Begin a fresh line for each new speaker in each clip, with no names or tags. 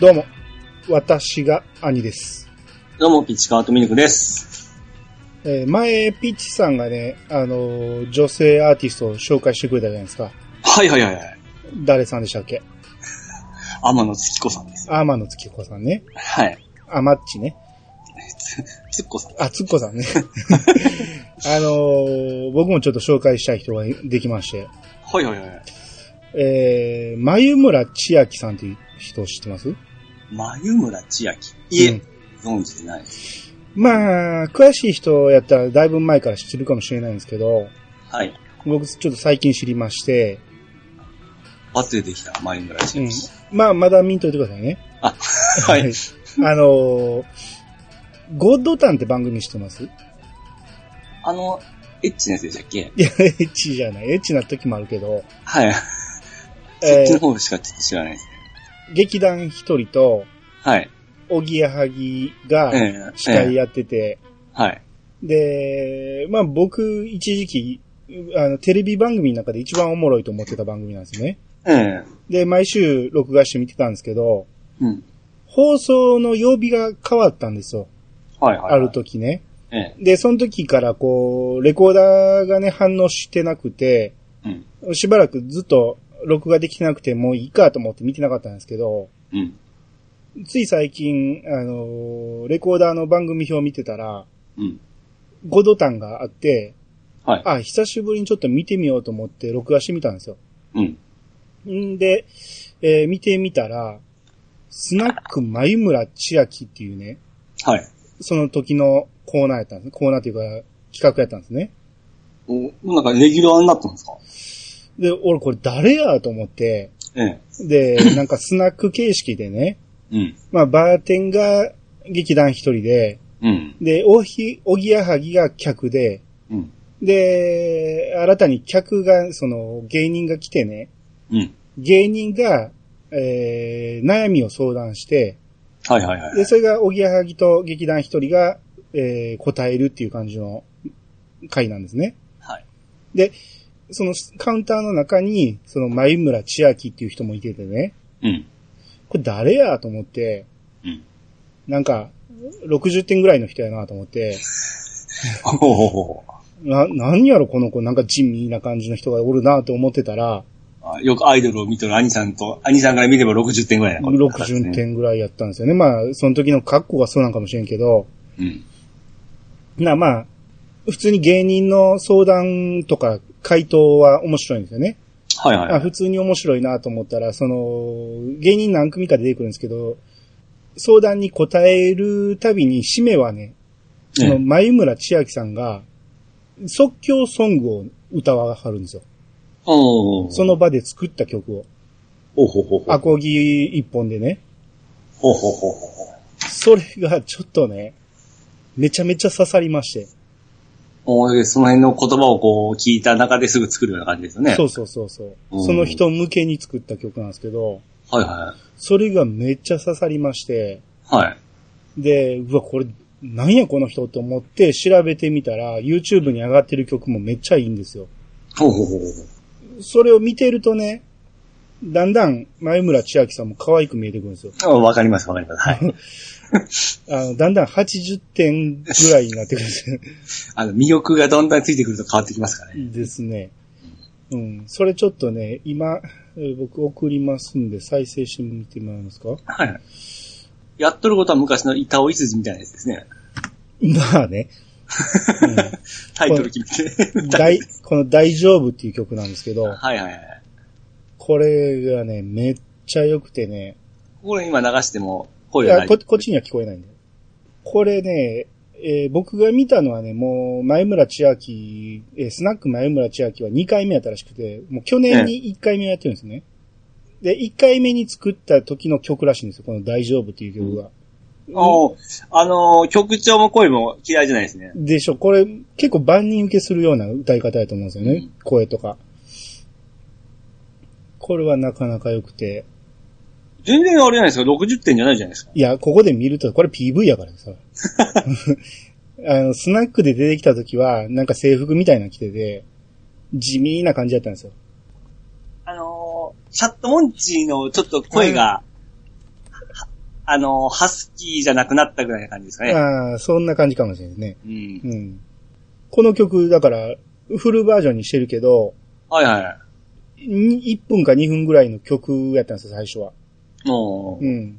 どうも、私が兄です。
どうも、ピッチカートミルクです。
えー前、ピッチさんがね、あのー女性アーティストを紹介してくれたじゃないですか。
はいはいはいはい。
誰さんでしたっけ
天野月子さんです。
天野月子さんね。
はい。
あまっちね。
つっこさん。
あ、つっこさんね。あのー僕もちょっと紹介したい人ができまして、
はいはいはい。
えー、眉村千秋さんっていう人知ってます
眉村千秋。いえ、存じてないです。
まあ、詳しい人やったらだいぶ前から知ってるかもしれないんですけど、
はい。
僕ちょっと最近知りまして、
後でできた眉村千
うん
秋。。
まあ、まだ見といてくださいね。
あ、はい。
あのーゴッドタンって番組知ってますい
あの、エッチなやつでしたっけ
や、エッチじゃない。エッチな時もあるけど、
はい。こ
え
っちの
ー、
方しかちょっと知らないですね。
劇団一人と、
はい。
おぎやはぎが
ええ
司会
ええ
やってて、
はい。
で、まあ僕、一時期、あの、テレビ番組の中で一番おもろいと思ってた番組なんですね。
ええ
で、毎週録画して見てたんですけど、
うん。
放送の曜日が変わったんですよ。
はいはい、はい。
ある。時ね。
ええ
で、その時からこう、レコーダーがね、反応してなくて、
うん。
しばらくずっと録画できてなくてもういいかと思って見てなかったんですけど、
うん。
つい最近、あのーレコーダーの番組表見てたら、
うん。
5度単があって、
はい。
あ、久しぶりにちょっと見てみようと思って録画してみたんですよ。
うん。
んで、えー見てみたら、スナック眉村千秋っていうね、
はい。
その時のコーナーやったんです。コーナーというか企画やったんですね。
お、なんかレギュラーになったんですか
で、俺これ誰やと思って、
ええ
で、なんかスナック形式でね、
うん。
まあ、バーテンが劇団一人で、
うん。
で、おひ、おぎやはぎが客で、
うん。
で、新たに客が、その、芸人が来てね、
うん。
芸人が、えー、悩みを相談して、
はいはいはい。
で、それがおぎやはぎと劇団一人が、えー、答えるっていう感じの回なんですね。
はい。
で、そのカウンターの中に、その、前村千秋っていう人もいててね、
うん。
これ誰やと思って、
うん。
なんか、60点ぐらいの人やなと思って、
おお
な、何やろこの子、なんか地味な感じの人がおるなと思ってたら、
あよくアイドルを見とる兄さんと、兄さんから見れば60点ぐらいなことだったんですね
60。点ぐらいやったんですよね。まあ、その時の格好がそうなんかもしれんけど、
うん。
な、まあ、普通に芸人の相談とか回答は面白いんですよね。
はいはい
あ
はい。
普通に面白いなと思ったら、その、芸人何組か出てくるんですけど、相談に答えるたびに、締めはね、その、
ええ
前村千秋さんが、即興ソングを歌わはるんですよ。
おお
その、場で作った曲を。
おほほほ。
アコギ一本でね。
ほほほほほ。
それがちょっとね、めちゃめちゃ刺さりまして。
おーその辺の言葉をこう聞いた中ですぐ作るような感じですよね。
そうそうそうそうう。
ん
その人向けに作った曲なんですけど、
はいは
それがめっちゃ刺さりまして、
い。はい。
で、うわ、これ、なんやこの人と思って調べてみたら、YouTube に上がってる曲もめっちゃいいんですよ。
ほうほうほうほう。
それを見てるとね、だんだん前村千秋さんも可愛く見えてくるんですよ。
あわかりますわかります。は
あ
い。
の、だんだん80点ぐらいになってくるんですよ
あの、魅力がどんどんついてくると変わってきますからね。
ですね。うん。それちょっとね、今、えー僕送りますんで、再生してみてもらえますか
はい。やっとることは昔の板尾い筋みたいなやつですね。
まあね。
タイトル決めて。
うん、大この大丈夫っていう曲なんですけど、
はいはいはい。
これがね、めっちゃ良くてね、
これ今流しても声
い
が
や
ない。
こ、こっちには聞こえないんだよ。これね、えー僕が見たのはね、もう、前村千秋、えースナック前村千秋は2回目やったらしくて、もう去年に1回目をやってるんですね。で、1回目に作った時の曲らしいんですよ、この大丈夫っていう曲が。
おーあのー曲調も声も嫌いじゃないですね。
でしょ、これ結構万人受けするような歌い方やと思うんですよね、
うん
声とか。これはなかなか良くて。
全然あれじゃないですか、60点じゃないじゃないですか。
いや、ここで見ると、これ PV やからさ。あの、スナックで出てきた時は、なんか制服みたいなの着てて、地味な感じだったんですよ。
あのー、シャットモンチーのちょっと声が、はあの、ハスキーじゃなくなったぐらいな感じですかね。
ああ、そんな感じかもしれないですね。
うん。
うん。この曲、だから、フルバージョンにしてるけど、
はいは
1分か2分ぐらいの曲やったんですよ、最初は。
い。もう、
うん。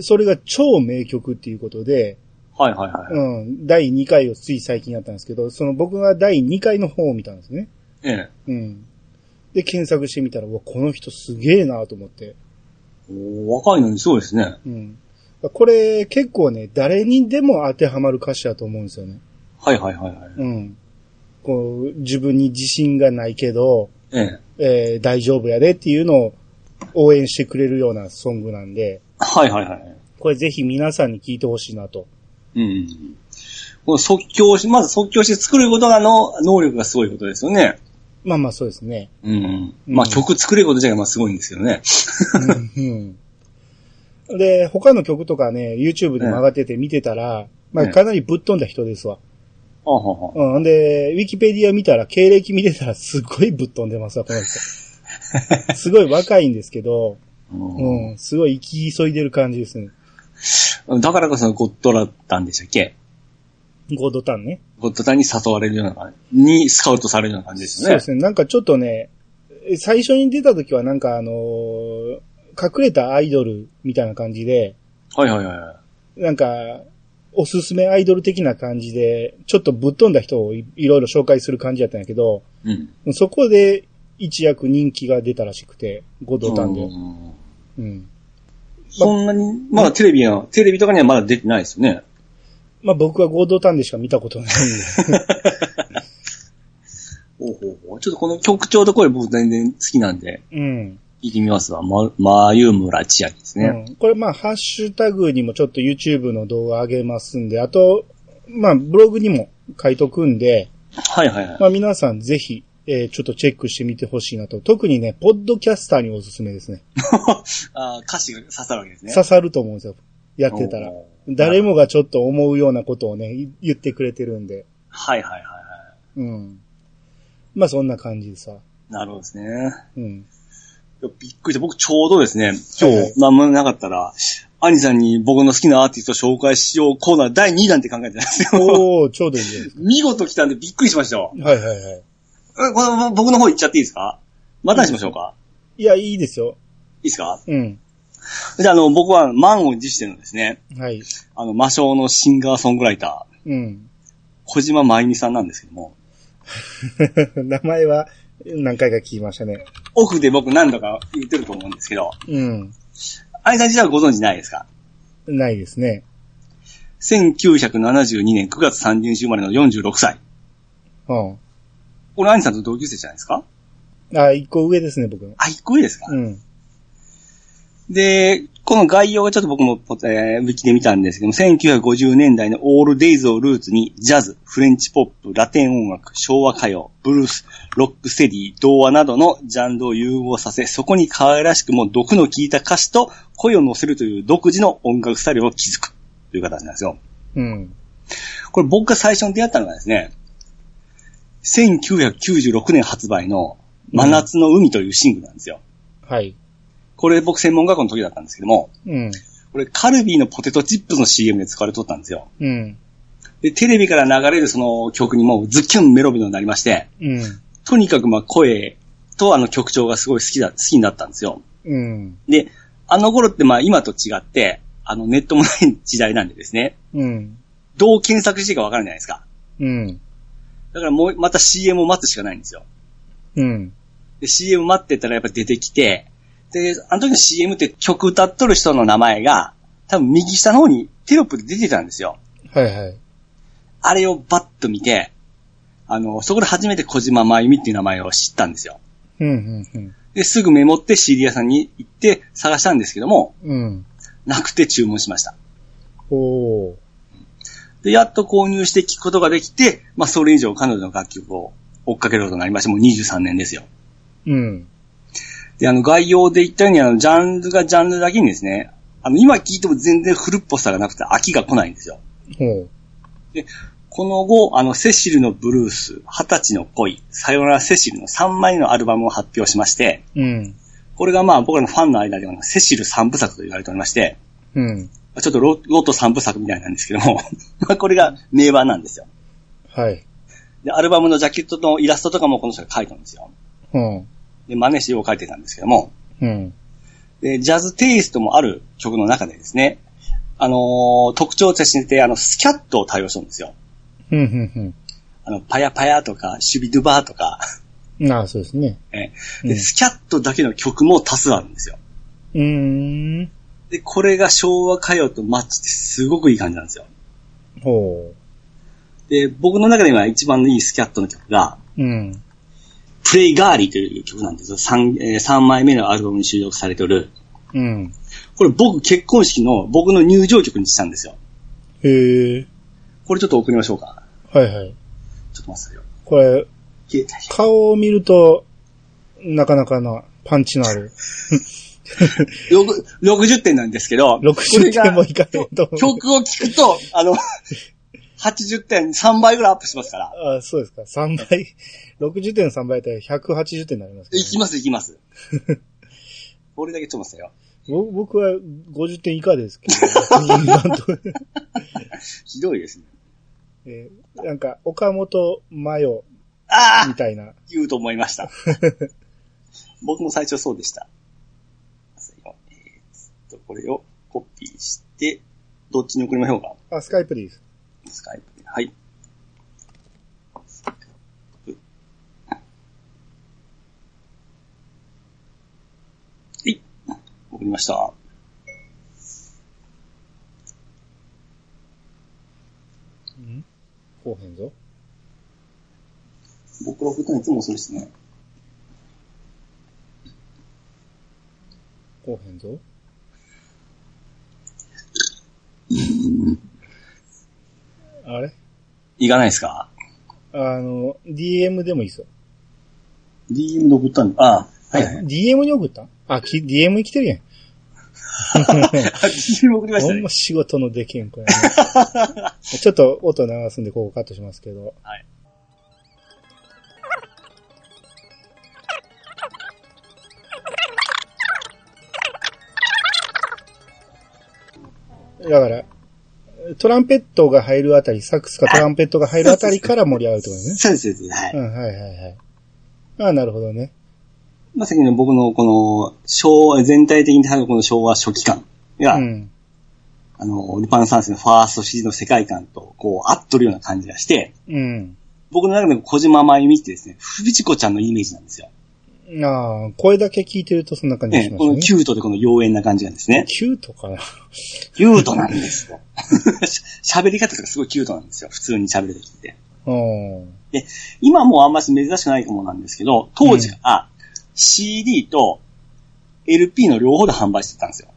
それが超名曲っていうことで、
はいはいはい。
うん、第2回をつい最近やったんですけど、その僕が第2回の方を見たんですね。
ええ。
うん。で、検索してみたら、うわ、この人すげえなと思って。
お若いのにそうですね。
うん。これ結構ね、誰にでも当てはまる歌詞だと思うんですよね。
はいはいはいはい。
うん。こう、自分に自信がないけど、
ええ。
えー大丈夫やでっていうのを応援してくれるようなソングなんで、
はいはいはい。
これぜひ皆さんに聴いてほしいなと。
うん。この即興し、まず即興して作ることがの、能力がすごいことですよね。
まあまあそうですね。
うん。
うん
まあ曲作れること自体がまあすごいんですけどね。
うんうんで、他の曲とかね、YouTube でも上がってて見てたら、まあ
うん
かなりぶっ飛んだ人ですわ。
はあは
うん。で、Wikipedia 見たら、経歴見てたらすごいぶっ飛んでますわ、この 人。すごい若いんですけど、
あは
うん、すごい生き急いでる感じですね。
あうん。だからこそゴッドラタンでしたっけ
ゴードタンね。
ゴッドタンに誘われるような感じ、にスカウトされるような感じです
そう
よね。
ですね。なんかちょっとね、最初に出た時はなんかあのー隠れたアイドルみたいな感じで、
はいはいはい。
なんか、おすすめアイドル的な感じで、ちょっとぶっ飛んだ人をいいろいろ紹介する感じやったんやけど、
うん。
そこで一躍人気が出たらしくて、ゴドタンで
う。ん
うん。
そんなに、まだテレビや、テレビとかにはまだ出てないですよね。
まあ僕はゴドタンでしか見たことないん で。
おうおうおうちょっとこの曲調と声僕全然好きなんで、
うん。
聞いてみますわ。ま、まゆむらちやきですね。
うん、これまあ、ハッシュタグにもちょっと YouTube の動画上げますんで、あと、まあ、ブログにも書いとくんで、
はいはいはい。
まあ皆さんぜひ、えーちょっとチェックしてみてほしいなと。特にね、ポッドキャスターにおすすめですね。
あー歌詞が刺さるわけですね。
刺さると思うんですよ。やってたら。
おー
誰。もがちょっと思うようなことをね、い言ってくれてるんで。
はいはいはいは
うん。まあそんな感じでさ。
い。なるほどですね。
うん。
いやびっくりした。僕ちょうどですね、
はいは
今
い
日、なんもなかったら、アニさんに僕の好きなアーティストを紹介しようコーナー第2弾って考えてたんですよ。
おー、ちょうどいいじゃない です
見事来たんでびっくりしましたよ。
か。はいはいはい。
えこの僕の方行っちゃっていいですかまたにしましょうか、
いや、いいですよ。
いいですか
うん。
じゃあ、あの、僕は満を持してのですね、
はい。
あの、魔性のシンガーソングライター、
うん。
小島真由美さんなんですけども、
名前は何回か聞きましたね。
オフで僕何度か言ってると思うんですけど、
うん。
アニさん自体はご存知ないですか
ないですね。
1972年9月30日生まれの46歳。
うん。
これ、アニさんと同級生じゃないですか
あ、一個上ですね、僕の。
あ、一個上ですか、
うん。
で、この概要がちょっと僕も、えー、ウィキで見たんですけども、1950年代のオールデイズをルーツに、ジャズ、フレンチポップ、ラテン音楽、昭和歌謡、ブルース、ロックステディ、童話などのジャンルを融合させ、そこに可愛らしくも毒の効いた歌詞と声を乗せるという独自の音楽スタイルを築くという形なんですよ。
うん。
これ僕が最初に出会ったのがですね、1996年発売の真夏の海というシングルなんですよ。
はい。
これ僕専門学校の時だったんですけども、
うん。
これカルビーのポテトチップスの CM で使われとったんですよ。
うん。
で、テレビから流れるその曲にもうズッキュンメロメロになりまして、
うん。
とにかくまあ声とあの曲調がすごい好きだ、好きになったんですよ。
うん。
で、あの頃ってまあ今と違って、あのネットもない時代なんでですね、
うん。
どう検索していいかわからないじゃない
う
ですか。
ん。
だからもうまた CM を待つしかないんですよ。
うん。
で、CM 待ってたらやっぱ出てきて、で、あの時の CM って曲歌っとる人の名前が、多分右下の方にテロップで出てたんですよ。
はいはい。
あれをバッと見て、あの、そこで初めて小島真由美っていう名前を知ったんですよ。
うん。うん。
で、すぐメモって CD 屋さんに行って探したんですけども、
うん。
なくて注文しました。
おー。
で、やっと購入して聴くことができて、まあ、それ以上彼女の楽曲を追っかけることになりまして、もう23年ですよ。
うん。
で、あの、概要で言ったように、あの、ジャンルがジャンルだけにですね、あの、今聴いても全然古っぽさがなくて飽きが来ないんですよ。
ほう。
この後、あの、セシルのブルース、二十歳の恋、さよならセシルの3枚のアルバムを発表しまして、
うん。
これがまあ僕らのファンの間ではセシル三部作と言われておりまして、
うん。
ちょっとロロット3部作みたいなんですけども、 まあこれが名盤なんですよ。
はい。
で、アルバムのジャケットのイラストとかもこの人が描いたんですよ。
うん。
で、真似してよう描いてたんですけども、
うん。
で、ジャズテイストもある曲の中でですね、あのー特徴として、あの、スキャットを対応したんですよ。
うん、うん、
あの、パヤパヤとか、シュビドゥバーとか、
うん。ああ、そうですね。
えでスキャットだけの曲も多数あるんですよ。
うん。うーん。
で、これが昭和歌謡とマッチしてすごくいい感じなんですよ。
ほ
で、僕の中で今一番いいスキャットの曲が、
う。うん。
プレイガーリーという曲なんですよ。3、えー三枚目のアルバムに収録されてる。
うん。
これ僕結婚式の僕の入場曲にしたんですよ。
へえ。
これちょっと送りましょうか。
はいはい。
ちょっと待ってくださいよ。
これ、
消えたよ
顔を見ると、なかなかな、パンチのある。
ろく60点なんですけど、
60点もいかないと
これが曲を聴くと、あの、80点、3倍ぐらいアップしますから。
あそうですか。3倍、60点3倍やったら180点になりますけ
い
ど
きます、いきます。これだけちょっと待ってよ。
ぼ僕は50点以下ですけど、今のところ
ひどいですね。
えーなんか、岡本麻代
ああ
みたいな。
言うと思いま した。僕も最初そうでした。えーっと、これをコピーして、どっちに送りましょうか。
あ、スカイプリーズ。
スカイプで。はい。はい。送りました。
んこうへんぞ。
僕ら送ったのいつも遅いですね。
こうへんぞ。あれ
いかないですか
あの、DM でもいいですよ。
?DM で送ったんあ あ、はいはい。
DM に送ったんあ、き DM に来 てるやん。
DM 送りまし
ほ
た
ん
ね
ま。仕事のできん 子やね。ちょっと音流すんで、ここカットしますけど。
はい。
だから、トランペットが入るあたり、サックスかトランペットが入るあたりから盛り上がるってことね。。
そうです、そうです。はいう
ん、はいはいはい。ああ、なるほどね。
まあ、先の僕のこの、昭和、全体的に多分この昭和初期感が、
うん。
あの、ルパン三世のファーストシリーズの世界観と、こう、合っとるような感じがして、
うん。
僕の中でも小島真由美ってですね、藤子ちゃんのイメージなんですよ。
ああ、声だけ聞いてるとそんな感じが
ね
し、ま
こ
す
の
ね。
キュートでこの妖艶な感じなんですね。
キュートかな。
キュートなんですよ。 喋り方がすごいキュートなんですよ。普通に喋るときって。
うん。
今もうあんまり珍しくないかもなんですけど、当時は CD と LP の両方で販売してたんですよ。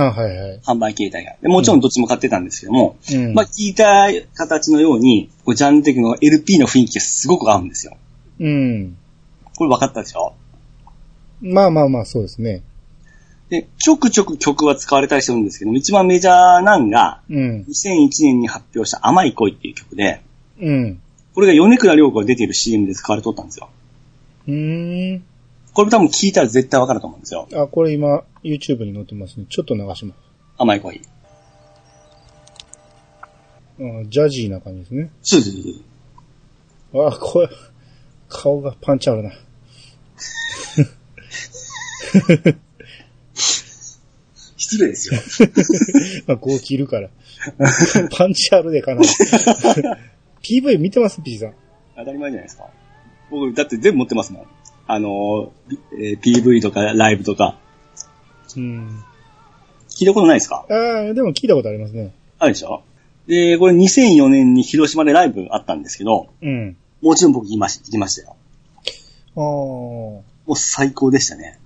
ああ、はいはい。
販売形態が。でもちろんどっちも買ってたんですけども、
うん。
まあ聞いた形のように、こうジャンル的に LP の雰囲気がすごく合うんですよ。
うん。
これ分かったでしょ
まあまあまあ、そうですね。
で、ちょくちょく曲は使われたりするんですけども、一番メジャーなんが、
うん。
2001年に発表した甘い恋っていう曲で、
うん。
これが米倉涼子が出ている CM で使われとったんですよ。
うーん。
これ多分聞いたら絶対分かると思うんですよ。
あ、これ今、YouTube に載ってますね。ちょっと流します。
甘い恋。
うん、ジャジーな感じですね。
そうそうそうそう。
あ、これ、顔がパンチあるな。
失礼ですよ。
まあ、号泣いるから。 パンチあるでかな。PV 見てます ?P さん。
当たり前じゃないですか。僕、だって全部持ってますもん。あのー、えー PV とかライブとか。
うん。
聞いたことないですか
ああ、でも聞いたことありますね。
あるでしょで、これ2004年に広島でライブあったんですけど、
うん。
もちろん僕行きました行きましたよ。
ああ。こ
もう最高でしたね。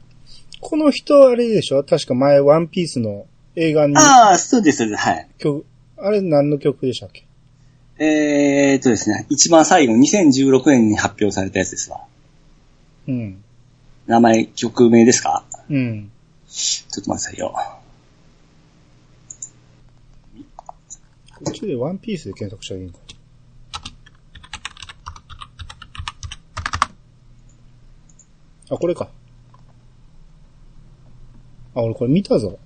の人、あれでしょ確か前、ワンピースの映画に
ああ、そうです、そうです、はい。
曲、あれ何の曲でしたっけ
えー、っとですね、一番最後、2016年に発表されたやつですわ。
うん。
名前、曲名ですか
うん。
ちょっと待ってくださいよ。
途中でワンピースで検索したらいいんか。あ、これか。あ、俺これ見たぞ。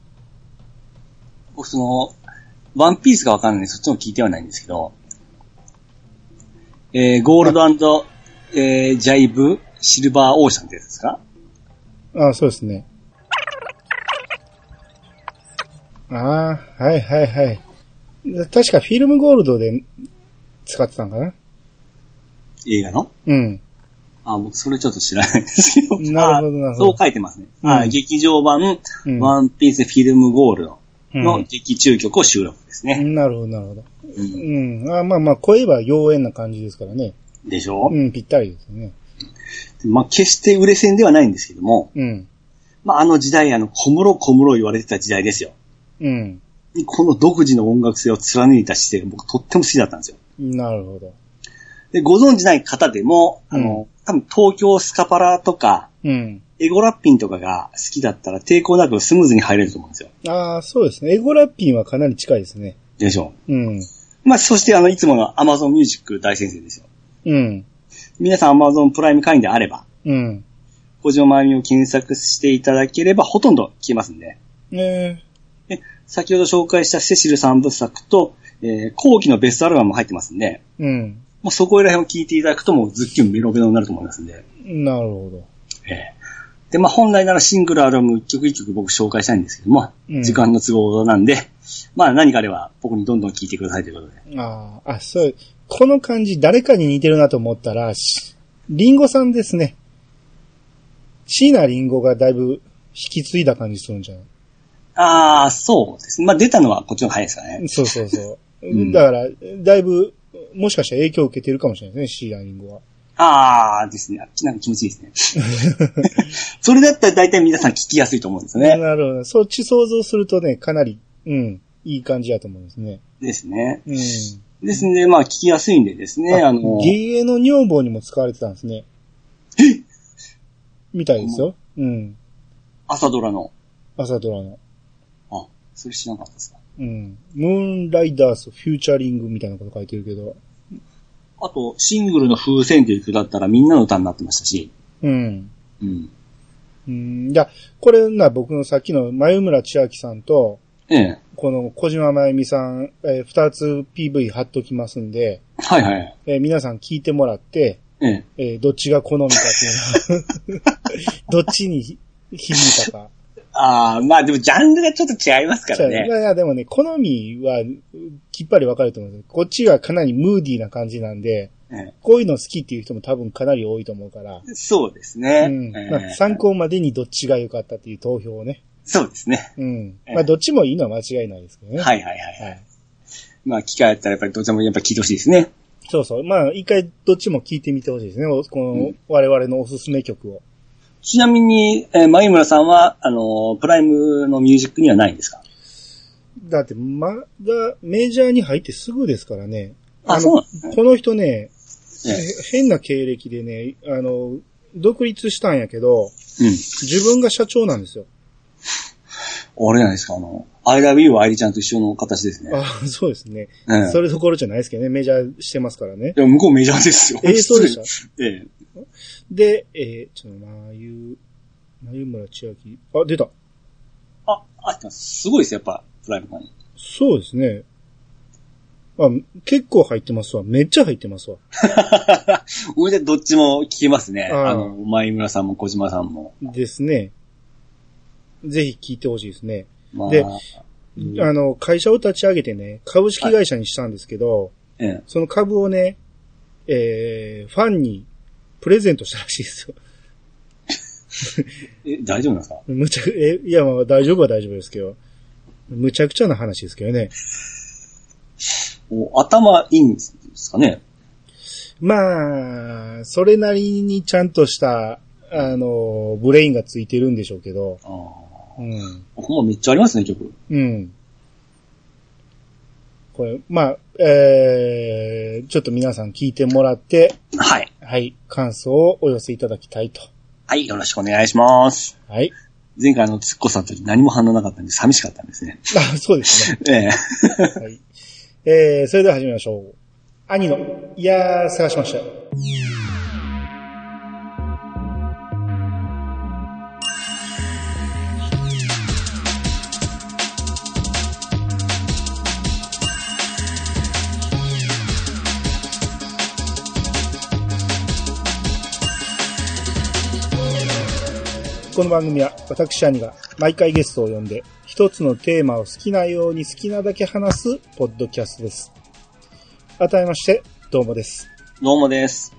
僕その、ワンピースがわかんないんで、そっちも聞いてはないんですけど、えー、ゴールドえー、ジャイブ、シルバーオーシャンってやつですか
あそうですね。ああ、はいはいはい。確かフィルムゴールドで使ってたんかな
映画の
うん。
あ、僕それちょっと知らないんですけど。
なるほどなるほど
あそう書いてますね。
うん
はい劇場版、
うん
ワンピースフィルムゴールド
う
の
ん
劇中曲を収録ですね。
なるほど、なるほど。
うん
うん。あまあまあ、声は妖艶な感じですからね。
でしょ、
うん、ぴったりですね。
まあ、決して売れ線ではないんですけども、
うん。
まあ、あの時代、あの、小室小室言われてた時代ですよ。
うん。
この独自の音楽性を貫いた姿勢が僕とっても好きだったんですよ。
なるほど。
で、ご存知ない方でも、あの、多分東京スカパラとか、
うん。
エゴラッピンとかが好きだったら抵抗なくスムーズに入れると思うんですよ。
ああ、そうですね。エゴラッピンはかなり近いですね。
でしょ
うん。
まあ、そしてあの、いつもの Amazon Music 大先生ですよ。
うん。
皆さん Amazon プライム会員であれば、
うん。
小島まゆみを検索していただければほとんど消えますんで、
ね
先ほど紹介したセシル三部作と、えー後期のベストアルバムも入ってますんで、
え。うん。
もうそこら辺を聞いていただくともうズッキュンメロメロになると思いますんで、
なるほど。
えーで、まあ本来ならシングルアルバム一曲一曲僕紹介したいんですけども、
うん
時間の都合なんで、まあ何かあれば僕にどんどん聞いてくださいということで。
ああ、あ、そう、この感じ誰かに似てるなと思ったら、しリンゴさんですね。椎名リンゴがだいぶ引き継いだ感じするんじゃない
ああ、そうですね。まあ出たのはこっちの方が早いですかね。
そうそうそう。
うん
だから、だいぶ、もしかしたら影響を受けてるかもしれないですね、シーラーリンゴは。
ああですね。あなんか気持ちいいですね。それだったら大体皆さん聞きやすいと思うんですね。
なるほど。そっち想像するとね、かなり、うん、いい感じだと思うんですね。
ですね。
うん。
ですんで、まあ聞きやすいんでですね、あの、
芸の女房にも使われてたんですね。みたいですよ。うん。
朝ドラの、
朝ドラの。
あ、それ知らなかったですか。
うん。ムーンライダースフューチャリングみたいなこと書いてるけど。
あと、シングルの風船という曲だったらみんなの歌になってましたし、
うん。
うん。
うん。じゃこれな、僕のさっきの前村千秋さんと、
ええ。
この小島真由美さん、えー二つ PV 貼っときますんで、
はいはい。
えー皆さん聞いてもらって、
ええ。
えーどっちが好みかっていうのは どっちにひ響いたか。
ああ、まあでもジャンルがちょっと違いますか
じゃ
ら
あい
ね。
やいや、でもね、好みはきっぱりわかると思うんですよこっちがかなりムーディーな感じなんで、
え
こういうの好きっていう人も多分かなり多いと思うから、
えそうです
う
ね。
ん
ええ
まあ、参考までにどっちが良かったっていう投票をね。
そうですね。
うん。
ええ
まあ、どっちもいいのは間違いないですけどね。
はいはいはい。
はい。
まあ機会あったらやっぱりどちらもやっぱ聞いてほしいですね。
そうそう。まあ、一回どっちも聞いてみてほしいですね。おこの、我々のおすすめ曲を。
ちなみに、えー、まゆむらさんは、あのー、プライムのミュージックにはないんですか
だって、まだメジャーに入ってすぐですからね。
あ
の
そうなんですね
この人ね、
え
へ変な経歴でね、あの、独立したんやけど、
え。うん。
自分が社長なんですよ。
あれじゃないですか、あの、I love you は愛理ちゃんと一緒の形ですね。
あそうですね。
ええ
それどころじゃないですけどね、メジャーしてますからね。
でも向こうメジャーですよ。
ええそうでした
失礼 ええ。
で、えー、ちょっと、まゆ、まゆむら千秋。あ、出た。
あ、あ、すごいですよ、やっぱ、プライム会員。
そうですね。あ、結構入ってますわ。めっちゃ入ってますわ。
これでどっちも聞けますね。
うん
あの、前村さんも小島さんも。
ですね。ぜひ聞いてほしいですね。
まあ、
で
うん
あの、会社を立ち上げてね、株式会社にしたんですけど、
ええ
その株をね、えー、ファンにプレゼントしたらしいですよ。
え、大丈夫なんですか
むちゃ、え、いや、まあ大丈夫は大丈夫ですけど、むちゃくちゃな話ですけどね。
お頭いいんですかね
まあ、それなりにちゃんとした、あの、ブレインがついてるんでしょうけど、
ああ。
うん。
ほんまめっちゃありますね、曲。
うん。これ、まあ、えー、ちょっと皆さん聞いてもらって、
はい。
はい、感想をお寄せいただきたいと。
はい、よろしくお願いします。
はい。
前回あの、つっこさんの時何も反応なかったんで寂しかったんですね。
あ、そうですね。
ええ。
はい。えー、それでは始めましょう。兄の、いやー、探しましたよ。この番組は私兄が毎回ゲストを呼んで一つのテーマを好きなように好きなだけ話すポッドキャストです。与えまして、どうもです。
どうもです。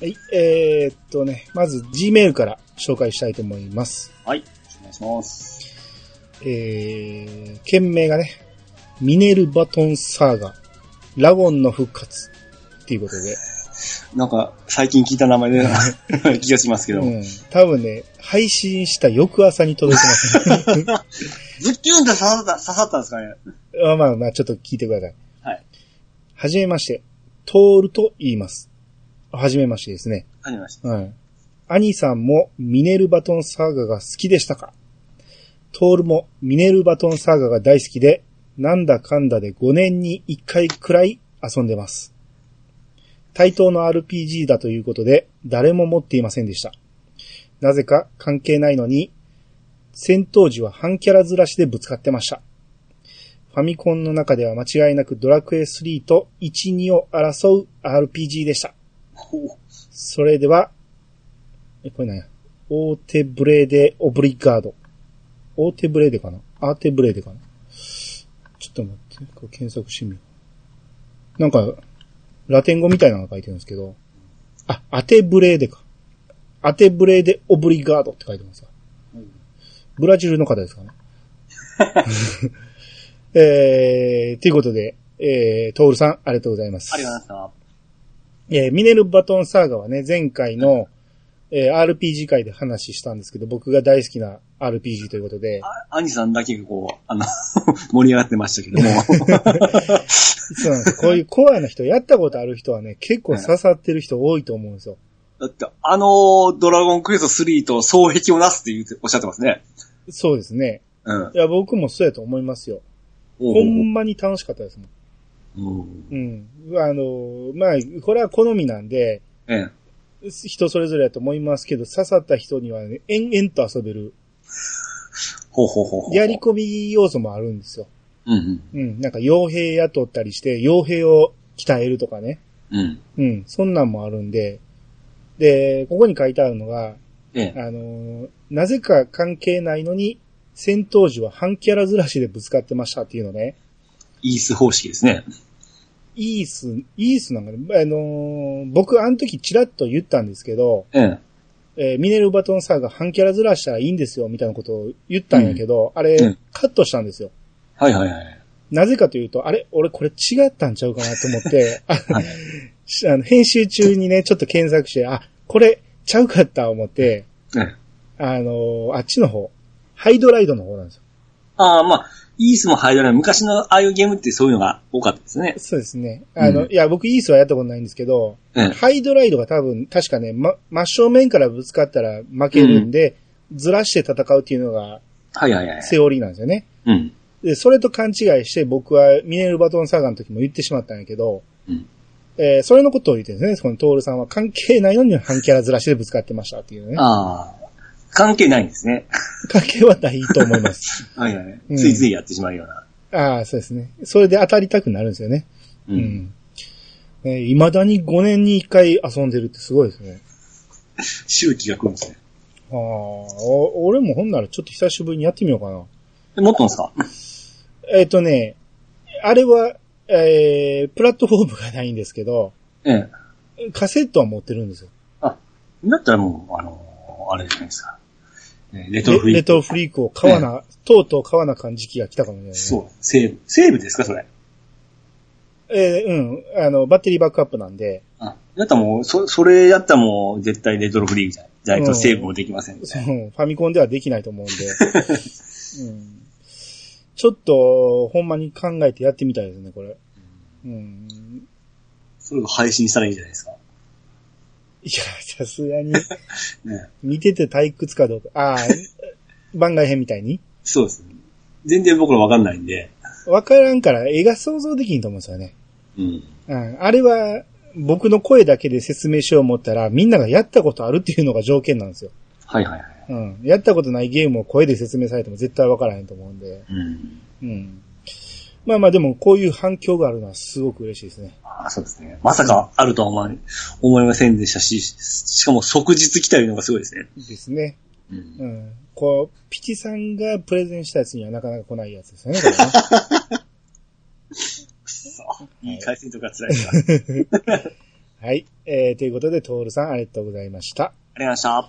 はい、えー、っとね、まず Gmail から紹介したいと思います。
はい。お願いします。
えー、件名がね、ミネルバトンサーガ、ラゴンの復活っていうことで、
なんか、最近聞いた名前で、 気がしますけど、
うん、多分ね、配信した翌朝に届いて ますね。
ズッキュンって刺さった、刺さったんですかね
まあまあまあ、ちょっと聞いてください。
はい。
はじめまして、トールと言います。はじめましてですね。
ありました。
はい。兄さんもミネルバトンサーガが好きでしたかトールもミネルバトンサーガが大好きで、なんだかんだで5年に1回くらい遊んでます。対等の RPG だということで、誰も持っていませんでした。なぜか関係ないのに、戦闘時は半キャラずらしでぶつかってました。ファミコンの中では間違いなくドラクエ3と1、2を争う RPG でした。
ほ
それでは、え、これ何やオーテブレーデオブリガード。オーテブレーデかなアーテブレーデかなちょっと待って、これ検索してみよう。なんか、ラテン語みたいなのが書いてるんですけど、あ、アテブレーデか。アテブレーデオブリガードって書いてますわ
うん
ブラジルの方ですかね。 えー、ということで、えー、トールさん、ありがとうございます。
ありがとうございま
えーミネルバトンサーガはね、前回の、えー RPG 会で話したんですけど、僕が大好きな RPG ということで、
した。あ、兄さんだけがこう、あの、 盛り上がってましたけども。
そうなんですこういうコアな人、やったことある人はね、結構刺さってる人多いと思うんですよ。
だって、あの、ドラゴンクエスト3と双璧をなすって言うておっしゃってますね。
そうですね。
うん。
いや、僕もそうやと思いますよ。
ほ
ほんまに楽しかったですもん。
うほうほう
うん。あのーまあ、これは好みなんで、
ええ。
人それぞれやと思いますけど、刺さった人にはね、延々と遊べる、
ほうほうほうほう。
やり込み要素もあるんですよ。
うん
うん。なんか、傭兵雇ったりして、傭兵を鍛えるとかね。
うん。うん。
うん、そんなんもあるんで、で、ここに書いてあるのが、
ええ。
あのーなぜか関係ないのに、戦闘時は半キャラずらしでぶつかってましたっていうのね。
イース方式ですね。
イース、イースなんかね、あのー僕あの時チラッと言ったんですけど、
ええ。
えーミネルバトンサーが半キャラずらしたらいいんですよ、みたいなことを言ったんやけど、あれ、
うん
カットしたんですよ。
はいはいはい。
なぜかというと、あれ、俺これ違ったんちゃうかなと思って、あ
はい
しあの編集中にね、ちょっと検索して、あ、これちゃうかった思って、
ええ。
あのーあっちの方。ハイドライドの方なんですよ。
ああ、まあ、イースもハイドラル昔のああいうゲームってそういうのが多かったですね。
そうですね。あの、
うん
いや、僕イースはやったことないんですけど、
ええ。
ハイドライドが多分、確かね、ま、真正面からぶつかったら負けるんで、ずらして戦うっていうのが
はいはいはい。
セオリーなんですよね。
うん。
で、それと勘違いして僕はミネルバトンサーガの時も言ってしまったんやけど、
うん
えーそれのことを言ってるんですね。そのトールさんは関係ないのに半キャラずらしてぶつかってましたっていうね。
ああ。関係ないんですね。
関係はないと思い ます。
はいはい
うん。
ついついやってしまうような。
ああ、そうですね。それで当たりたくなるんですよね。
う。
うんん。ね、未だに5年に1回遊んでるってすごいですね。
周期が来るんですね。
ああ、お俺もほんならちょっと久しぶりにやってみようかな。
え持ってますか
えっ、とね、あれは、えー、プラットフォームがないんですけど、
ええ。
カセットは持ってるんですよ。
だったらもう、あのーあれじゃないですか。えーレト
レ
ロフリ
レ
ーク。
トロフリークを買わな、とうとう買わな感じ期が来たかもしれない、ね。
そう。セーブ。セーブですかそれ。
えーうん。あの、バッテリーバックアップなんで、
あ、だったらもう、そ、それやったらもう、絶対レトロフリークじゃじゃないとセーブもできませんね。
そのファミコンではできないと思うんで。 うん、ちょっと、ほんまに考えてやってみたいですね、これ。うん、
それを配信したらいいんじゃないですか。
いや、さすがに、
ね。
見てて退屈かどうか。ああ、番外編みたいに。
そうですね。全然僕らわかんないんで。
わからんから、絵が想像できんと思うんですよね。
うん。
うん、あれは、僕の声だけで説明しよう思ったら、みんながやったことあるっていうのが条件なんですよ。
はいはいはい。
うん。やったことないゲームを声で説明されても絶対わからへんと思うんで。
うん。
うん。まあまあでも、こういう反響があるのはすごく嬉しいですね。
あそうですね。まさかあるとは思わ思いませんでしたし、ししかも即日来たいうのがすごいですね。
ですね。
うん
うん。こう、ピチさんがプレゼンしたやつにはなかなか来ないやつですよね、 これね
くそ。いい回線とか辛いですわありがとう
はい。えー、ということで、トールさんありがとうございました。
ございました。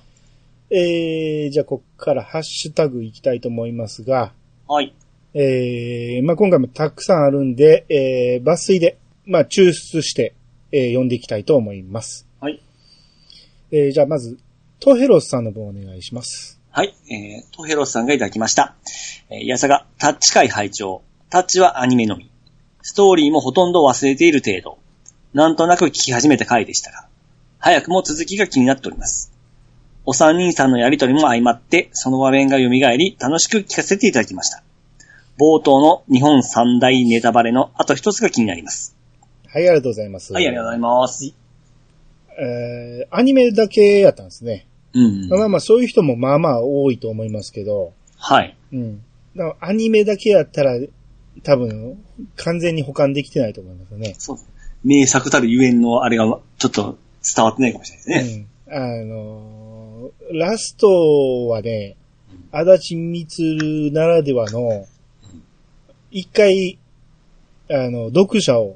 えー、じゃあ、こっからハッシュタグいきたいと思いますが、
はい。
えー、まあ今回もたくさんあるんで、えー、抜粋で、まあ抽出して、えー、読んでいきたいと思います。
はい。
えー、じゃあまず、トヘロスさんの方お願いします。
はい、えー、トヘロスさんがいただきました。えー、やさが、タッチ界拝聴タッチはアニメのみ。ストーリーもほとんど忘れている程度。なんとなく聞き始めた回でしたが、早くも続きが気になっております。お三人さんのやりとりも相まって、その場面が蘇り、楽しく聞かせていただきました。冒頭の日本三大ネタバレのあと一つが気になります。
はい、ありがとうございます。
はい、ありがとうございます。
えー、アニメだけやったんですね。
うん。
まあまあそういう人もまあまあ多いと思いますけど、
はい。
うん。だからアニメだけやったら、多分、完全に保管できてないと思いますよね。
そう。名作たるゆえんのあれが、ちょっと伝わってないかもしれないですね。
うん。あのーラストはね、足立みつるならではの、一回、あの、読者を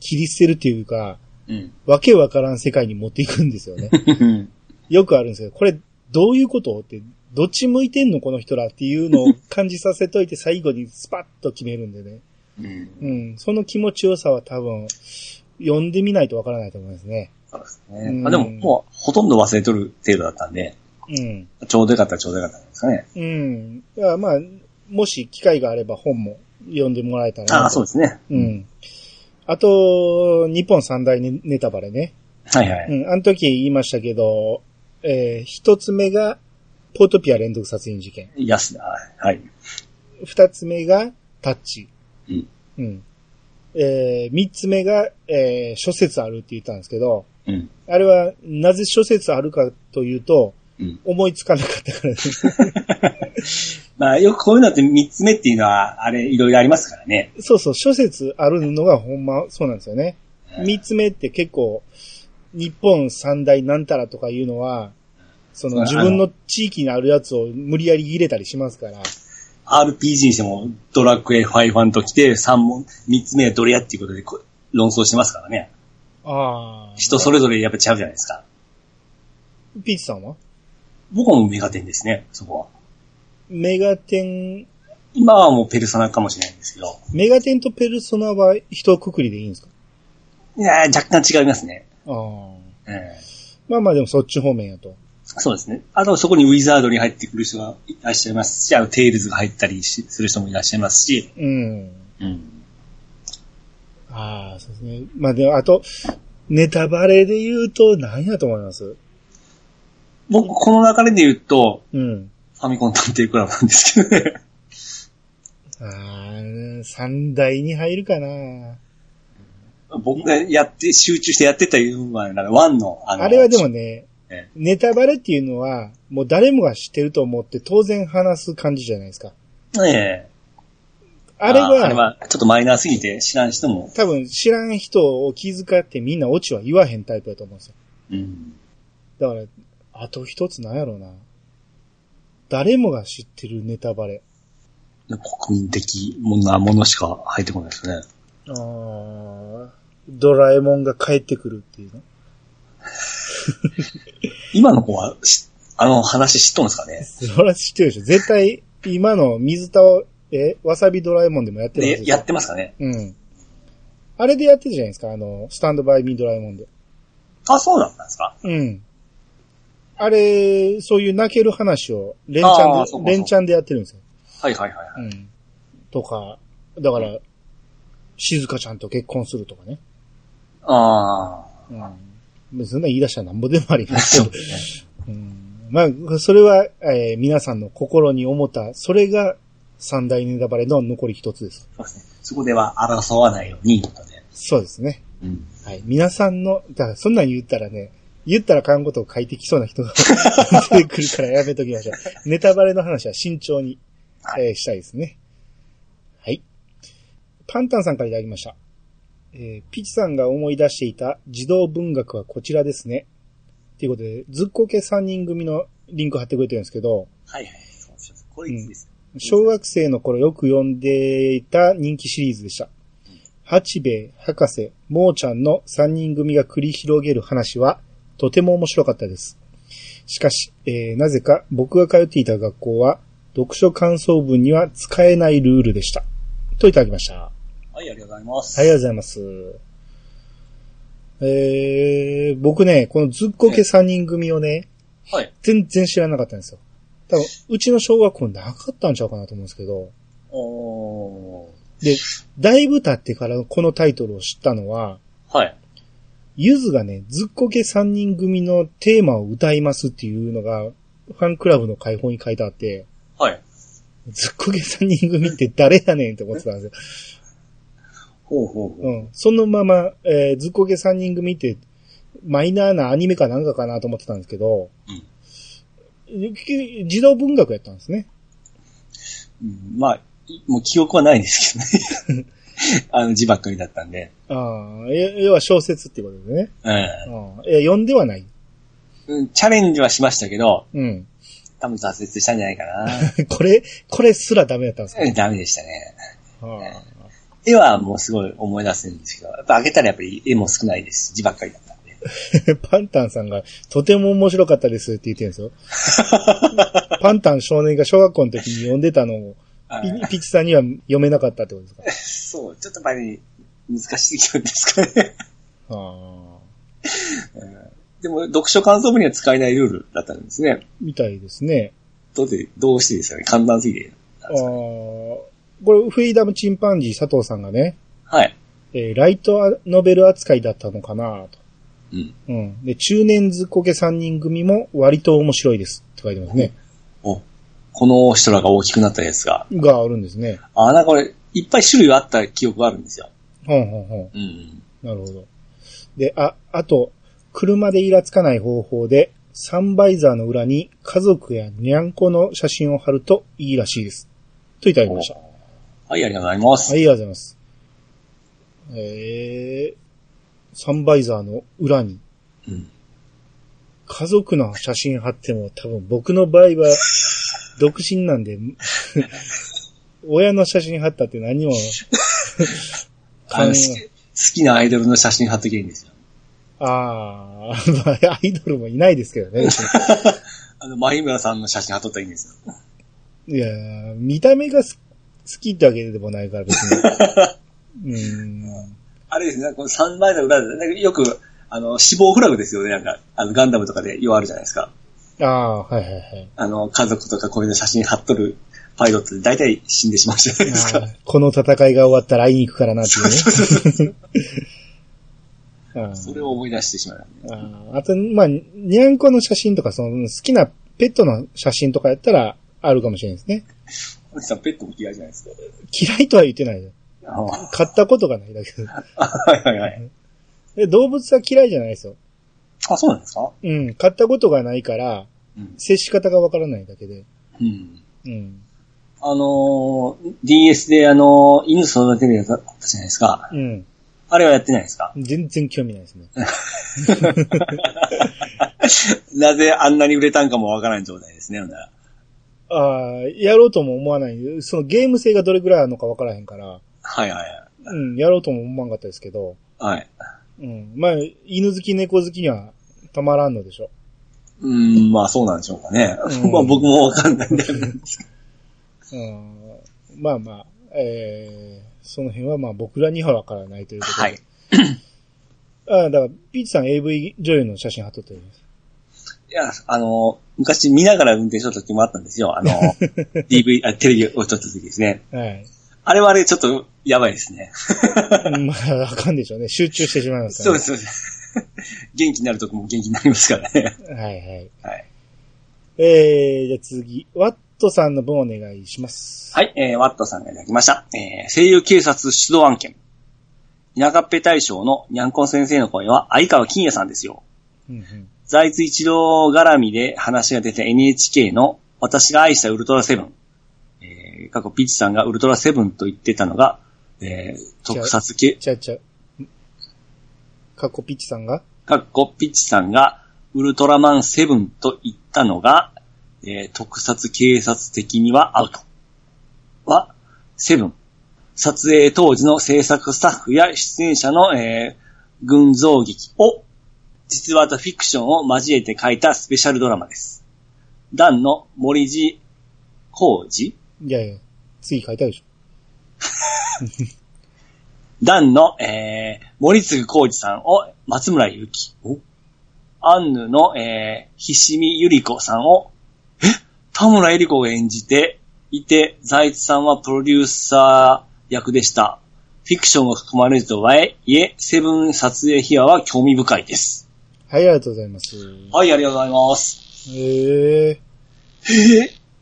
切り捨てるというか、
うん。
わけわからん世界に持っていくんですよね。よくあるんですけど、これどういうことって、どっち向いてんのこの人らっていうのを感じさせといて最後にスパッと決めるんでね。
うん
うん。その気持ちよさは多分、読んでみないとわからないと思いますね。
そうです
う
ね。
ん
あでも、もう、ほとんど忘れとる程度だったんで、
うん。
ちょうどよかったらちょうどよかったんですかね。
うん。いやまあ、もし機会があれば本も読んでもらえたらなと
ああ、そうですね。
うん。あと、日本三大ネネタバレね。
はいはい。
うん。あの時言いましたけど、えー一つ目が、ポートピア連続殺人事件。
安田、はい。
二つ目がタッチ。
うん。
うん。えー、三つ目が、えー、諸説あるって言ったんですけど、
うん。
あれは、なぜ諸説あるかというと、
うん
思いつかなかったからです。
まあ、よくこういうのって三つ目っていうのは、あれ、いろいろありますからね。
そうそう、諸説あるのがほんまそうなんですよね。
うん
三つ目って結構、日本三大なんたらとかいうのは、その
うん
自分の地域にあるやつを無理やり入れたりしますから。
RPG にしても、ドラクエ5ファンと来て、三問、三つ目はどれやっていうことでこう論争してますからね。
ああ。
人それぞれやっぱ違うじゃないですか。
ピーチさんは
僕はもうメガテンですね、そこは。
メガテン、
今はもうペルソナかもしれないんですけど、
メガテンとペルソナは一括りでいいんですか
いやー若干違いますね。
ああ。
うん
まあまあでもそっち方面やと。
そうですね。あと、そこにウィザードに入ってくる人がいらっしゃいますし、あの、テイルズが入ったりしする人もいらっしゃいますし、
うん。
うん。
ああ、そうですね。まあでも、あと、ネタバレで言うと何やと思います
僕、この流れで言うと、
うん。
ファミコン探偵クラブなんですけどね。
ああ、三大に入るかな。
僕がやって、集中してやってたいうのは、なんかワンの、あの、
あれはでもね
え、
ネタバレっていうのは、もう誰もが知ってると思って当然話す感じじゃないですか。
ええ
あれ
あれ
は、
は、ちょっとマイナーすぎて知らん人も、
多分知らん人を気遣ってみんなオチは言わへんタイプだと思うんですよ。
うん。
だから、あと一つなんやろうな。誰もが知ってるネタバレ。
国民的もんなものしか入ってこないですね。
あードラえもんが帰ってくるっていうの
今の子はし、あの話知っとんですかね
そら知ってるでしょ。絶対、今の水田を、え、わさびドラえもんでもやってるはず
で
でしょ
やってますかね
うん。あれでやってるじゃないですか。あの、スタンドバイミードラえもんで。
あ、そうだったんですか
うん。あれ、そういう泣ける話を、連チ
あ
ャ
ーそう
ン
か
で、連チャンでやってるんですよ。
はいはいはい。
うん。とか、だから、静香ちゃんと結婚するとかね。
あ
うん。そんな言い出したらなんぼでもありま
あ。
すけ
そう
ど
で。すね。
うんまあ、それは、えー皆さんの心に思った、それが三大ネタバレの残り一つです。
そうですね。そこでは争わないように、とかね。
そうですね。
うん。
はい。皆さんの、だからそんなん言ったらね、言ったら看護と書いてきそうな人が 出てくるからやめときましょう。ネタバレの話は慎重に、
はい
えーしたいですね。はい。パンタンさんからいただきました。えーピチさんが思い出していた児童文学はこちらですね。ということで、ずっこけ3人組の、リンク貼ってくれてるんですけど、
はいはい。そうそうそうこれいいです。
小学生の頃よく読んでいた人気シリーズでした。八兵衛、博士、モーちゃんの3人組が繰り広げる話はとても面白かったです。しかし、えーなぜか僕が通っていた学校は読書感想文には使えないルールでした。といただきました。あ
はい、ありがとうございます。
りがとうございます。えー、僕ね、このずっこけ3人組をね、
はい。
全然知らなかったんですよ。多分、うちの小学校なかったんちゃうかなと思うんですけど、
おー。
で、だいぶ経ってからこのタイトルを知ったのは、
はい。
ゆずがね、ずっこけ3人組のテーマを歌いますっていうのが、ファンクラブの解放に書いてあって、
はい。
ずっこけ3人組って誰やねんって思ってたんですよ。
ほうほうほ う。
うん。そのまま、えーずっこけ3人組って、マイナーなアニメかなんかかなと思ってたんですけど、児童文学やったんですね。
うんまあ、いもう記憶はないです けどね。あの字ばっかりだったんで。
ああ、え要は小説っていうことでね。
うん
うん。えー読んではない。
うん。チャレンジはしましたけど、
うん。
多分挫折したんじゃない かな。
これ、これすらダメだったんですか
うんダメでしたね。
ああ
絵はもうすごい思い出せるんですけど、やっぱ開けたらやっぱり絵も少ないですし、字ばっかりだったんで。
パンタンさんが、とても面白かったですって言ってるん ですよ。パンタン少年が小学校の時に読んでたのを、ピ
はい
ピチさんには読めなかったってことです か
そう、ちょっとやっぱり難しいんですかね。
ああ、
でも、読書感想文には使えないルールだったんですね。
みたいですね。
どうで、どうしてですよね。簡単すぎて。
ああ、これ、フリーダムチンパンジー佐藤さんがね、
はい。
えーライトノベル扱いだったのかなと。
うん。
うん。で、中年ずっこけ3人組も割と面白いですって書いてますね。
お、この人らが大きくなったやつが。
があるんですね。
あ、なんかこれ、いっぱい種類はあった記憶があるんですよ。
ほんほんほん。
うん。
なるほど。で、あ、あと、車でイラつかない方法で、サンバイザーの裏に家族やにゃんこの写真を貼るといいらしいです。といただきました。
はい、ありがとうございます。
はい、ありがとうございます。えー、サンバイザーの裏に
うん。
家族の写真貼っても多分僕の場合は独身なん で、親の写真貼ったって何 も、
あの好き好きなアイドルの写真貼っときゃいいんですよ。
あー、 まあ、アイドルもいないですけどね。 別に
あの、マイムラさんの写真貼っとったらいいんですよ。
いやー見た目がす好きってわけでもないから別 に。うーん。
あれですね、なんかこの3枚の裏で、なんかよく、あの、死亡フラグですよね、なんか、あの、ガンダムとかでようあるじゃないですか。
ああ、はいはいはい。
あの、家族とかこういうの写真貼っとるパイロットで大体死んでしまうじゃない です
あ
か。
ーこの戦いが終わったら会いに行くからなっていうね。あー
それを思い出してしまう。
あーあと、まあ、にゃんこの写真とか、その好きなペットの写真とかやったらあるかもしれないですね。
おじさんペットも嫌いじゃないですか。
嫌いとは言ってないよ。
あは
買ったことがない だけど
いはいはい。
で。動物は嫌いじゃないですよ。
あ、そうなんですか
うん。買ったことがないから、
うん。
接し方がわからないだけで。
うん。
うん。
あのー、DS であのー、犬育てるやつあったじゃないですか。
うん。
あれはやってないですか
全然興味ないですね。
なぜあんなに売れたんかもわからない状態ですね、ほんなら。
ああ、やろうとも思わない。そのゲーム性がどれぐらいあるのかわからへんから、
はいはいはい。
うん、やろうとも思わんかったですけど、
はい。
うん。まあ、犬好き猫好きにはたまらんのでしょ。
うーん、まあそうなんでしょうかね。
うん
まあ僕もわかんないんだけど。
うん。まあまあ、えー、その辺はまあ僕らにはわからないということで。
はい。。
ああ、だから、ピーチさん AV 女優の写真貼っとってます。
いや、あのー、昔見ながら運転しとった時もあったんですよ。あのー、DV、あテ レビを撮った時ですね。
はい。
あれはあれちょっとやばいですね。
まあ、あかんでしょうね。集中してしまいます
そ
か
う
ら、
で
ね。
す、そうです。元気になるとこも元気になりますからね。
はいはい。
はい。
えー、じゃあ次、ワットさんの分お願いします。
はい、えー、ワットさんがいただきました。えー、声優警察出動案件。田舎っぺ大将のにゃんこん先生の声は相川金也さんですよ。
うんうん。
財津一郎絡みで話が出た NHK の私が愛したウルトラセブン。えー、過去ピッチさんがウルトラセブンと言ってたのが、えー、特撮系、
ちゃうちゃう。カッコピッチさんが
かっこピッチさんがウルトラマンセブンと言ったのが、えー特撮警察的にはアウト。は、セブン。撮影当時の制作スタッフや出演者の、えー群像劇を、実話とフィクションを交えて書いたスペシャルドラマです。ダンの森地浩二
いやいや、次書いたでし
ダンの、えー、森次浩二さんを松村ゆき。アンヌの、えー、ひしみゆりこさんを、え田村ゆり子が演じていて、財津さんはプロデューサー役でした。フィクションが含まれるとはいえ、セブン撮影秘話は興味深いです。
ょ。はい、ありがとうございます。
はい、ありがとうございます。
へえ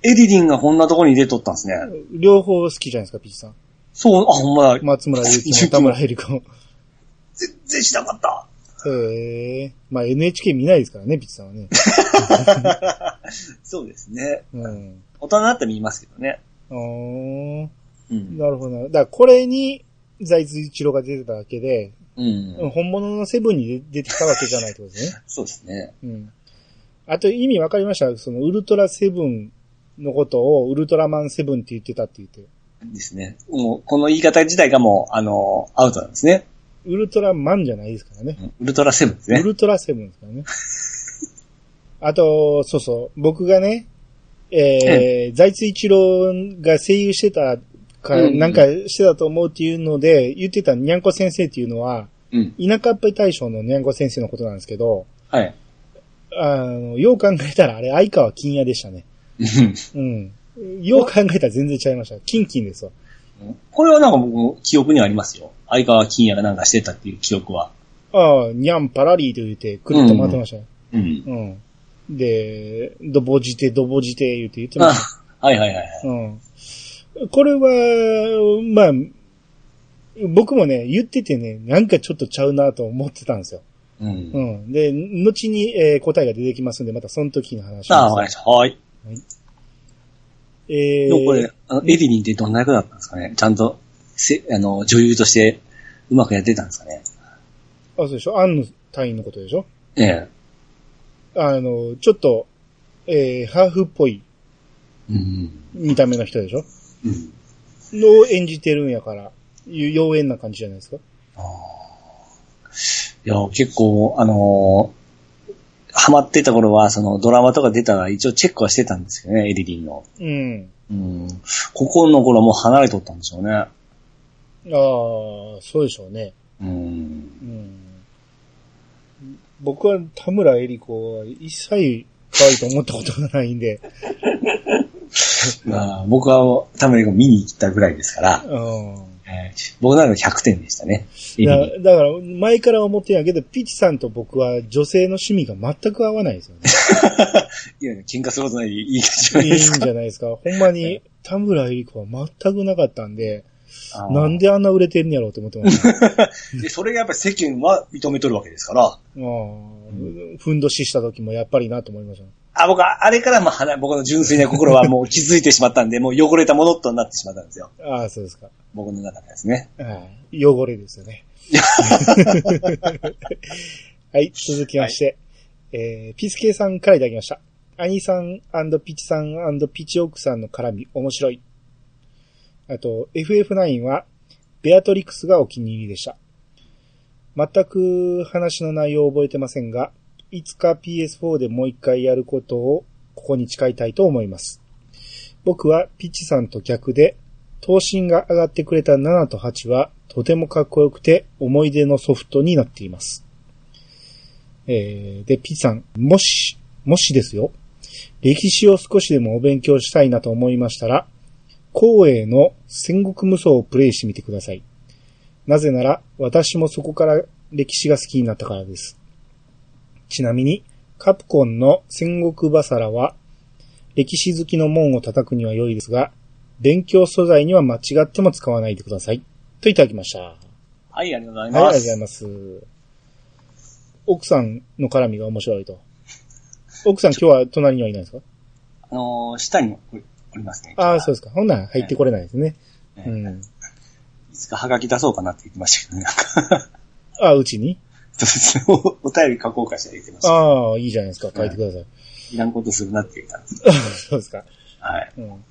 エディリンがこんなとこに出とったんですね。
ー、両方好きじゃないですか、ピッチさん。
そう、あ、ほんまだ。
松村ゆ きも田村エリコも。
全然しなかった。
へえー、まあ NHK 見ないですからね、ピッチさんはね。
そうですね。
うん。
大人になって見ますけどね。
あー
うん。
なるほどな。だからこれに、財津一郎が出てたわけで、
うん。
本物のセブンに出てたわけじゃないってことですね。
そうですね。
うん。あと意味わかりましたそのウルトラセブンのことをウルトラマンセブンって言ってたって言って。
ですね。もう、この言い方自体がもう、あの、アウトなんですね。
ウルトラマンじゃないですからね。
うんウルトラセブンです
ウ
ね。
ルトラセブンですからね。 あと、そうそう、僕がね、えー、財津一郎が声優してたか、
うん
なんかしてたと思うっていうので、言ってたにゃんこ先生っていうのは、
うん。
田舎っぺ大将のにゃんこ先生のことなんですけど、
はい。
あの、よう考えたらあれ、相川金也でしたね。うん。よう考えたら全然違いました。金金ですわ。
これはなんか僕も記憶にはありますよ。相川金也がなんかしてたっていう記憶は。
ああ、にゃんパラリーと言って、くるっと回ってましたよ。
うん。
うん。で、どぼじて、どぼじて、言って言ってま
あ
した。、
はいはいはいはい。
うん。これは、まあ、僕もね、言っててね、なんかちょっとちゃうなと思ってたんですよ。
う。
うんん。で、後に、えー答えが出てきますんで、またその時の話し
さあ、
ま。
わかりますした。はい。
え
で
ー
もこれ、あのエディリンってどんな役だったんですかねちゃんと、せ、あの、女優として、うまくやってたんですかね
あ、そうでしょアンの隊員のことでしょ
ええ。
あの、ちょっと、えーハーフっぽい
うん。
見た目の人でしょ
うん。
のを演じてるんやから、ゆ妖艶な感じじゃないですか
あーいや、結構、あのーハマってた頃は、そのドラマとか出たら一応チェックはしてたんですよね、エディリンの。
うん。
うん。ここの頃はもう離れとったんでしょうね。
ああ、そうでしょうね。
うん。
うん僕は田村恵里子は一切可愛いと思ったことがないん で、
まあ、僕はタムレコ見に行ったぐらいですから、
うん
えー僕なんか100点でしたね。エディリン。
だだから前から思ってんやけど、ピチさんと僕は女性の趣味が全く合わないですよね。
いや、喧嘩することないいい感じじゃない
いん
いで
じ
す
ゃ
か。
ないですか。 ほんまに田村恵里子は全くなかったんで、
あー
なんであんな売れてんやろうと思ってま した。
で、それがやっぱり世間は認めとるわけですから。
うんふんどしした時もやっぱりなと思いました。
あ、僕は、あれからまあ離、僕の純粋な心はもう気づいてしまったんで、もう汚れたものとなってしまったんですよ。
ああ、そうですか。
僕の中でですね。
はい汚れですよ ね。はい、続きまして、えー、ピスケさんからいただきました。兄さんピチさんピチオクさんの絡み、面白い。あと、FF9 は、ベアトリックスがお気に入りでした。全く話の内容を覚えてませんが、いつか PS4 でもう一回やることをここに誓いたいと思います。僕はピッチさんと逆で、頭身が上がってくれた7と8はとてもかっこよくて思い出のソフトになっています。えー、で、ピッチさん、もし、もしですよ、歴史を少しでもお勉強したいなと思いましたら、光栄の戦国無双をプレイしてみてください。なぜなら、私もそこから歴史が好きになったからです。ちなみに、カプコンの戦国バサラは、歴史好きの門を叩くには良いですが、勉強素材には間違っても使わないでください。といただきました。はい、
はい、ありがとうござ
あ
い
りが
ま
とうご
す。
ざいます。奥さんの絡みが面白いと。奥さん今日は隣にはいないですか
あのー下におりますね。
ああ、そうですか。ほんなら入ってこれないですね。
ね
うん。
いつかハガキ出そうかなって言ってましたけどね。なんか
ああ、うちに
そうですねおお便り書こうかしら言ってました。
ああ、いいじゃないですか。書いてください。
いらんことするなって言ったんです。
そうですか。
はい。
うん。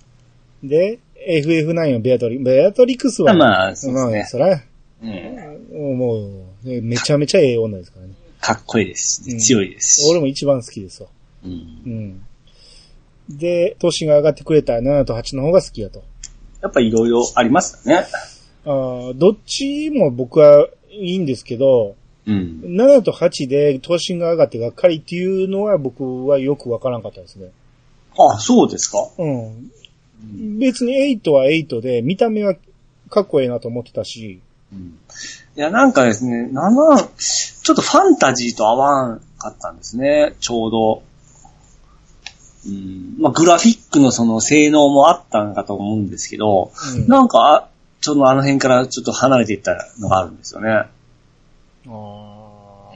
で、FF9 はベアトリ、ベアトリクスは、
まあそうですね
まあそら、
うん。
もう、ねめちゃめちゃええ女ですからね。
かっこいいです
うん
し、強いですし。
俺も一番好きですわ。
うん
うん。で、年が上がってくれた7と8の方が好きやと。
やっぱいろいろありますよね。
あーどっちも僕はいいんですけど、
うん。
7と8で頭身が上がってがっかりっていうのは僕はよくわからんかったですね。
あ、そうですか。
うん。別に8は8で、見た目はかっこええなと思ってたし、
うんいや、なんかですね、7、ちょっとファンタジーと合わんかったんですね、ちょうど。うん、まあ、グラフィックのその性能もあったんかと思うんですけど、
うん
なんか、あちょっとあの辺からちょっと離れていったのがあるんですよね。
あ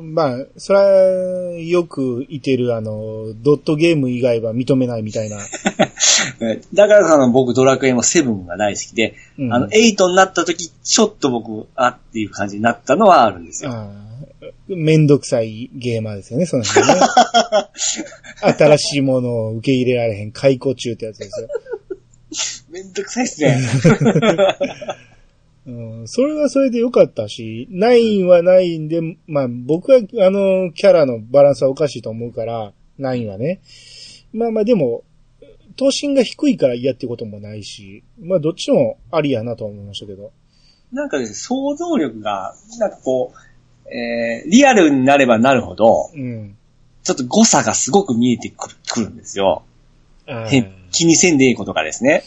ーまあ、それはよくいてるあの、ドットゲーム以外は認めないみたいな。
えだからその僕ドラクエもセブンが大好きで、
うん
あの、8になった時、ちょっと僕、あっていう感じになったのはあるんですよ。
あーめんどくさいゲーマーですよね、その辺ね。新しいものを受け入れられへん、解雇中ってやつですよ。
めんどくさいっすね。
うん、それはそれで良かったし、9は9で、まあ僕はあのキャラのバランスはおかしいと思うから、9はね。まあまあでも、頭身が低いから嫌ってこともないし、まあどっちもありやなとは思いましたけど。
なんかですね、想像力が、なんかこう、えー、リアルになればなるほど、
うん。
ちょっと誤差がすごく見えてくるくるんですよ。
あ
へ
ー
気にせんでいいことがですね。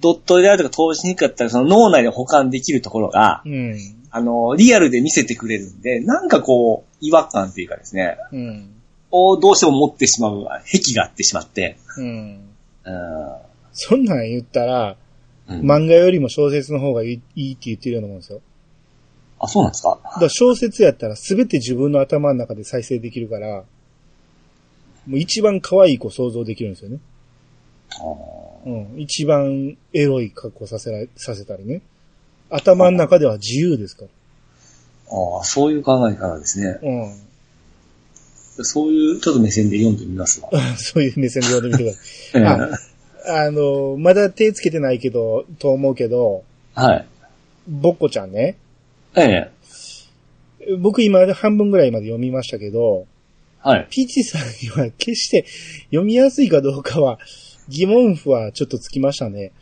ドットであるとか投資にくかったら、その脳内で保管できるところが
う、ん。
あの、リアルで見せてくれるんで、なんかこう、違和感っていうかですね、
うん。
をどうしても持ってしまう、癖があってしまって、
うん。
うん。
そんなん言ったら、
うん
漫画よりも小説の方がいいいいって言ってるようなもんですよ。
あ、そうなんですか
だから小説やったら全て自分の頭の中で再生できるから、もう一番可愛い子想像できるんですよね。
あー
うん。一番エロい格好させら、させたりね。頭の中では自由ですか
あー、そういう考え方ですね。
ら。うん。
そういうちょっと目線で読んでみま すわ。
そういう目線で読んでみてくださ
え
い。
ー
ああの、まだ手つけてないけど、と思うけど、
はい。
ぼっこちゃんね。
ええ
僕今半分ぐらいまで読みましたけど、
はい。
ピーチさんには決して読みやすいかどうかは疑問符はちょっとつきましたね。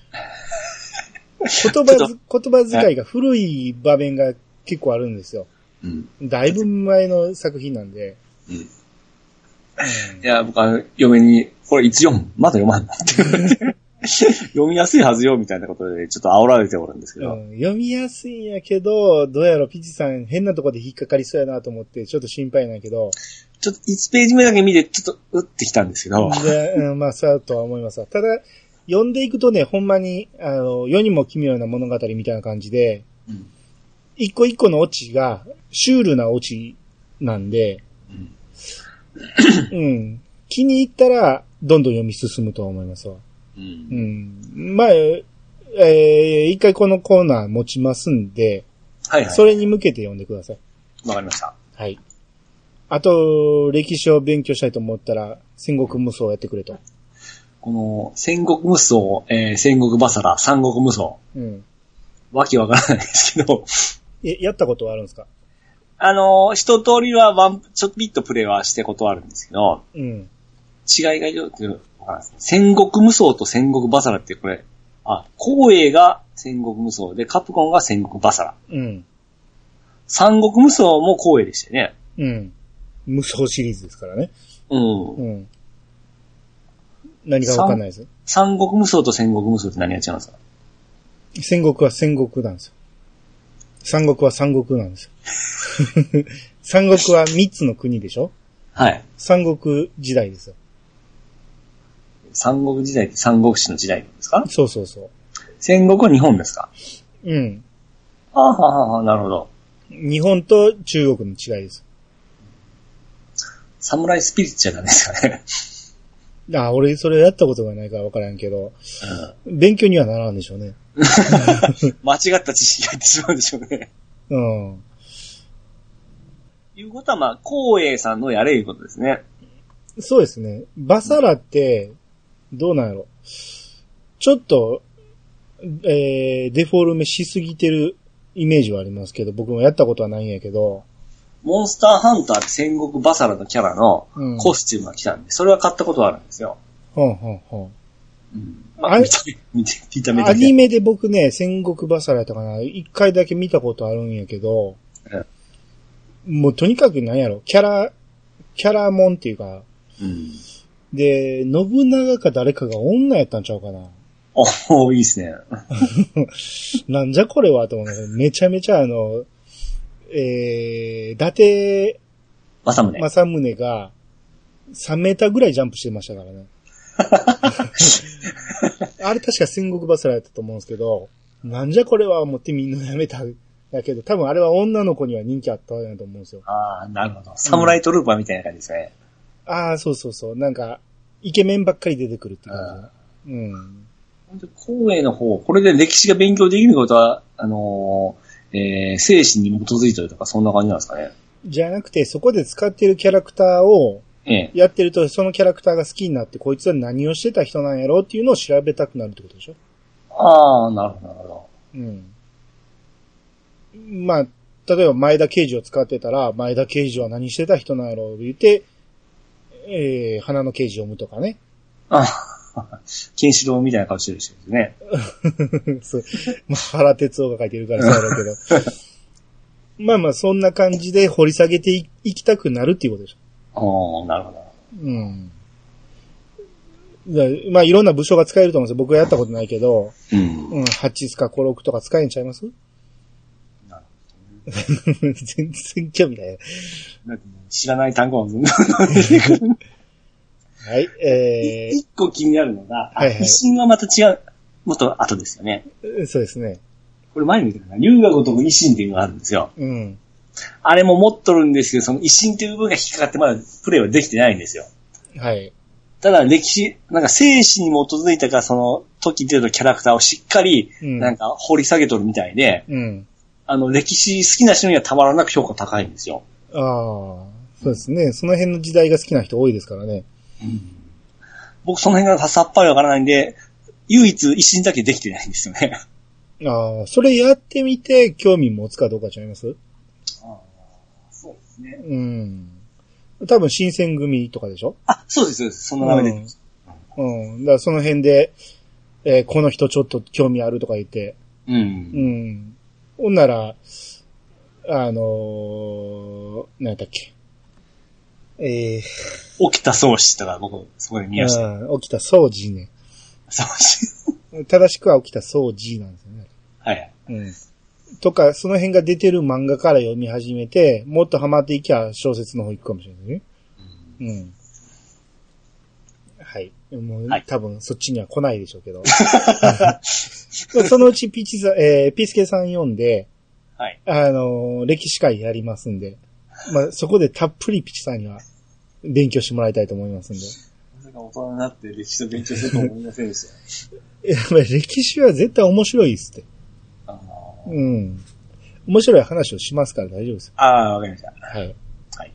言葉ず、言葉遣いが古い場面が結構あるんですよ。
うん。
だいぶ前の作品なんで。
うん。いや、僕は嫁に、これ一読、まだ読まんなって言って。 読みやすいはずよ、みたいなことで、ちょっと煽られておるんですけ
う
ど。
ん、読みやすいんやけど、どうやろ、ピチさん変なとこで引っかかりそうやなと思って、ちょっと心配なんやけど、
ちょっと1ページ目だけ見て、ちょっと、うってきたんですけど。
で うんまあ、そうだとは思いますわただ、読んでいくとね、ほんまに、あの、世にも奇妙な物語みたいな感じで、
うん
一個一個のオチが、シュールなオチなんで、うん。気に入ったら、どんどん読み進むとは思いますわ。
う。
うんん。まあ、えー一回このコーナー持ちますんで、
はいは
それに向けて読んでください。
い。わかりました。
はい。あと、歴史を勉強したいと思ったら、戦国無双をやってくれと。
この、戦国無双、えー戦国バサラ、三国無双。
うん。
わけわからないですけど。
え、やったことはあるんですか
あのー一通りはワン、ちょっぴっとプレイはしてことあるんですけど、
うん。
違いがよくわからないです。戦国無双と戦国バサラってこれ、あ、光栄が戦国無双で、カプコンが戦国バサラ。
うん。
三国無双も光栄でしたよね。
うん。無双シリーズですからね。
うん。
うん。何がわかんないです。
三国無双と戦国無双って何が違うんですか
戦国は戦国なんですよ。三国は三国なんですよ。 三国は三つの国でしょ
はい。
三国時代ですよ。
三国時代って三国志の時代ですか
そうそうそ
戦国は日本ですか
う。うん。
ああ、はあはあ、なるほど。
日本と中国の違いです。
サムライスピリッチュアなんですかね。
あ、俺それやったことがないからわからんけど、勉強にはならんでしょうね。
うん、間違った知識が入ってしまうんでしょうね。
うん。
いうことは、まあ、光栄さんのやれいうことですね。
そうですね。バサラって、どうなんやろ。ちょっと、えー、デフォルメしすぎてるイメージはありますけど、僕もやったことはないんやけど、
モンスターハンター戦国バサラのキャラの
うん
コスチュームが来たんで、それは買ったことはあるんですよ。
ほんほんほん。
ま
あ
あ、
れ
見た目、見て、見た目
ア
だ
ニ
け。
メで僕ね、戦国バサラとかな、一回だけ見たことあるんやけど、もうとにかくなんやろ、キャラ、キャラもんっていうか、
うん。
で、信長か誰かが女やったんちゃうかな。
おおいいですね。
なんじゃこれはと思うけどめちゃめちゃあの、えー、伊達
まさむね。
政宗が3メーターぐらいジャンプしてましたからね。あれ確か戦国バサラやったと思うんですけど、なんじゃこれは思ってみんなやめた。だけど、多分あれは女の子には人気あったんやと思うんですよ。
ああ、なるほど。サムライトルーパーみたいな感じですね。
ああ、そうそうそう。なんか、イケメンばっかり出てくるって感じ。うん。
本当光栄の方、これで歴史が勉強できることは、あのーえー、精神に基づいてるとか、そんな感じなんですかね。
じゃなくて、そこで使ってるキャラクターを、
ええ。
やってると、そのキャラクターが好きになって、こいつは何をしてた人なんやろうっていうのを調べたくなるってことでしょ
ああ、なるほど、なるほど。
うん。まあ、例えば前田刑事を使ってたら、前田刑事は何してた人なんやろうって言って、えー、花の刑事を産むとかね。
ああ、 ケンシロウみたいな顔してる人ですね。
そうまあ、原哲夫が書いてるからそうだけど。 まあまあ、そんな感じで掘り下げていいきたくなるっていうことでしょ
ああ、なるほど。
うん。だからまあ、いろんな武将が使えると思うんですよ。僕はやったことないけど。
うん。
うん、8すか5、6とか使えんちゃいます
な る
全然興味ない。
なんかもう知らない単語が
はい、え
一個気になるのが、
はいはい
維新はまた違う、もっと後ですよね。
ー、そうですね。
これ前に見たかな。龍が如く維新っていうのがあるんですよ。
うん。
あれも持っとるんですけど、その維新っていう部分が引っかかってまだプレイはできてないんですよ。
はい。
ただ歴史、なんか生死に基づいたか、その時に出てるキャラクターをしっかり、
うん
なんか掘り下げとるみたいで、
うん。
あの歴史好きな人にはたまらなく評価高いんですよ。
ああ、そうですね。その辺の時代が好きな人多いですからね。
僕その辺がさっぱりわからないんで、唯一維新だけできてないんですよね。
ああ、それやってみて興味持つかどうかちゃいます
そうですね。
うん。多分新選組とかでしょ
あ、そうです、そうです。そんな流れで。
うん。うん。だからその辺で、えーこの人ちょっと興味あるとか言って、
うん。
うん。ほんなら、あのー、何だっけ。えー、
起きた喪失とか僕、そこで見ま した。
うん起きた掃除ね。
喪失。
正しくは起きた掃除なんですよね。
はい。
うん。とか、その辺が出てる漫画から読み始めて、もっとハマっていきゃ小説の方行くかもしれないね。うん。はい。もう、
はい
多分そっちには来ないでしょうけ ど。そのうちピーチさん、えーピースケさん読んで、
はい。
あのー歴史会やりますんで、まあ、そこでたっぷりピチさんには勉強してもらいたいと思いますんで。
まさか大人になって歴史を勉強すると思いませんでした。
やっぱり歴史は絶対面白いっすって。
あの
うん。面白い話をしますから大丈夫ですよ。
あー、わかりました。
はい。
はい。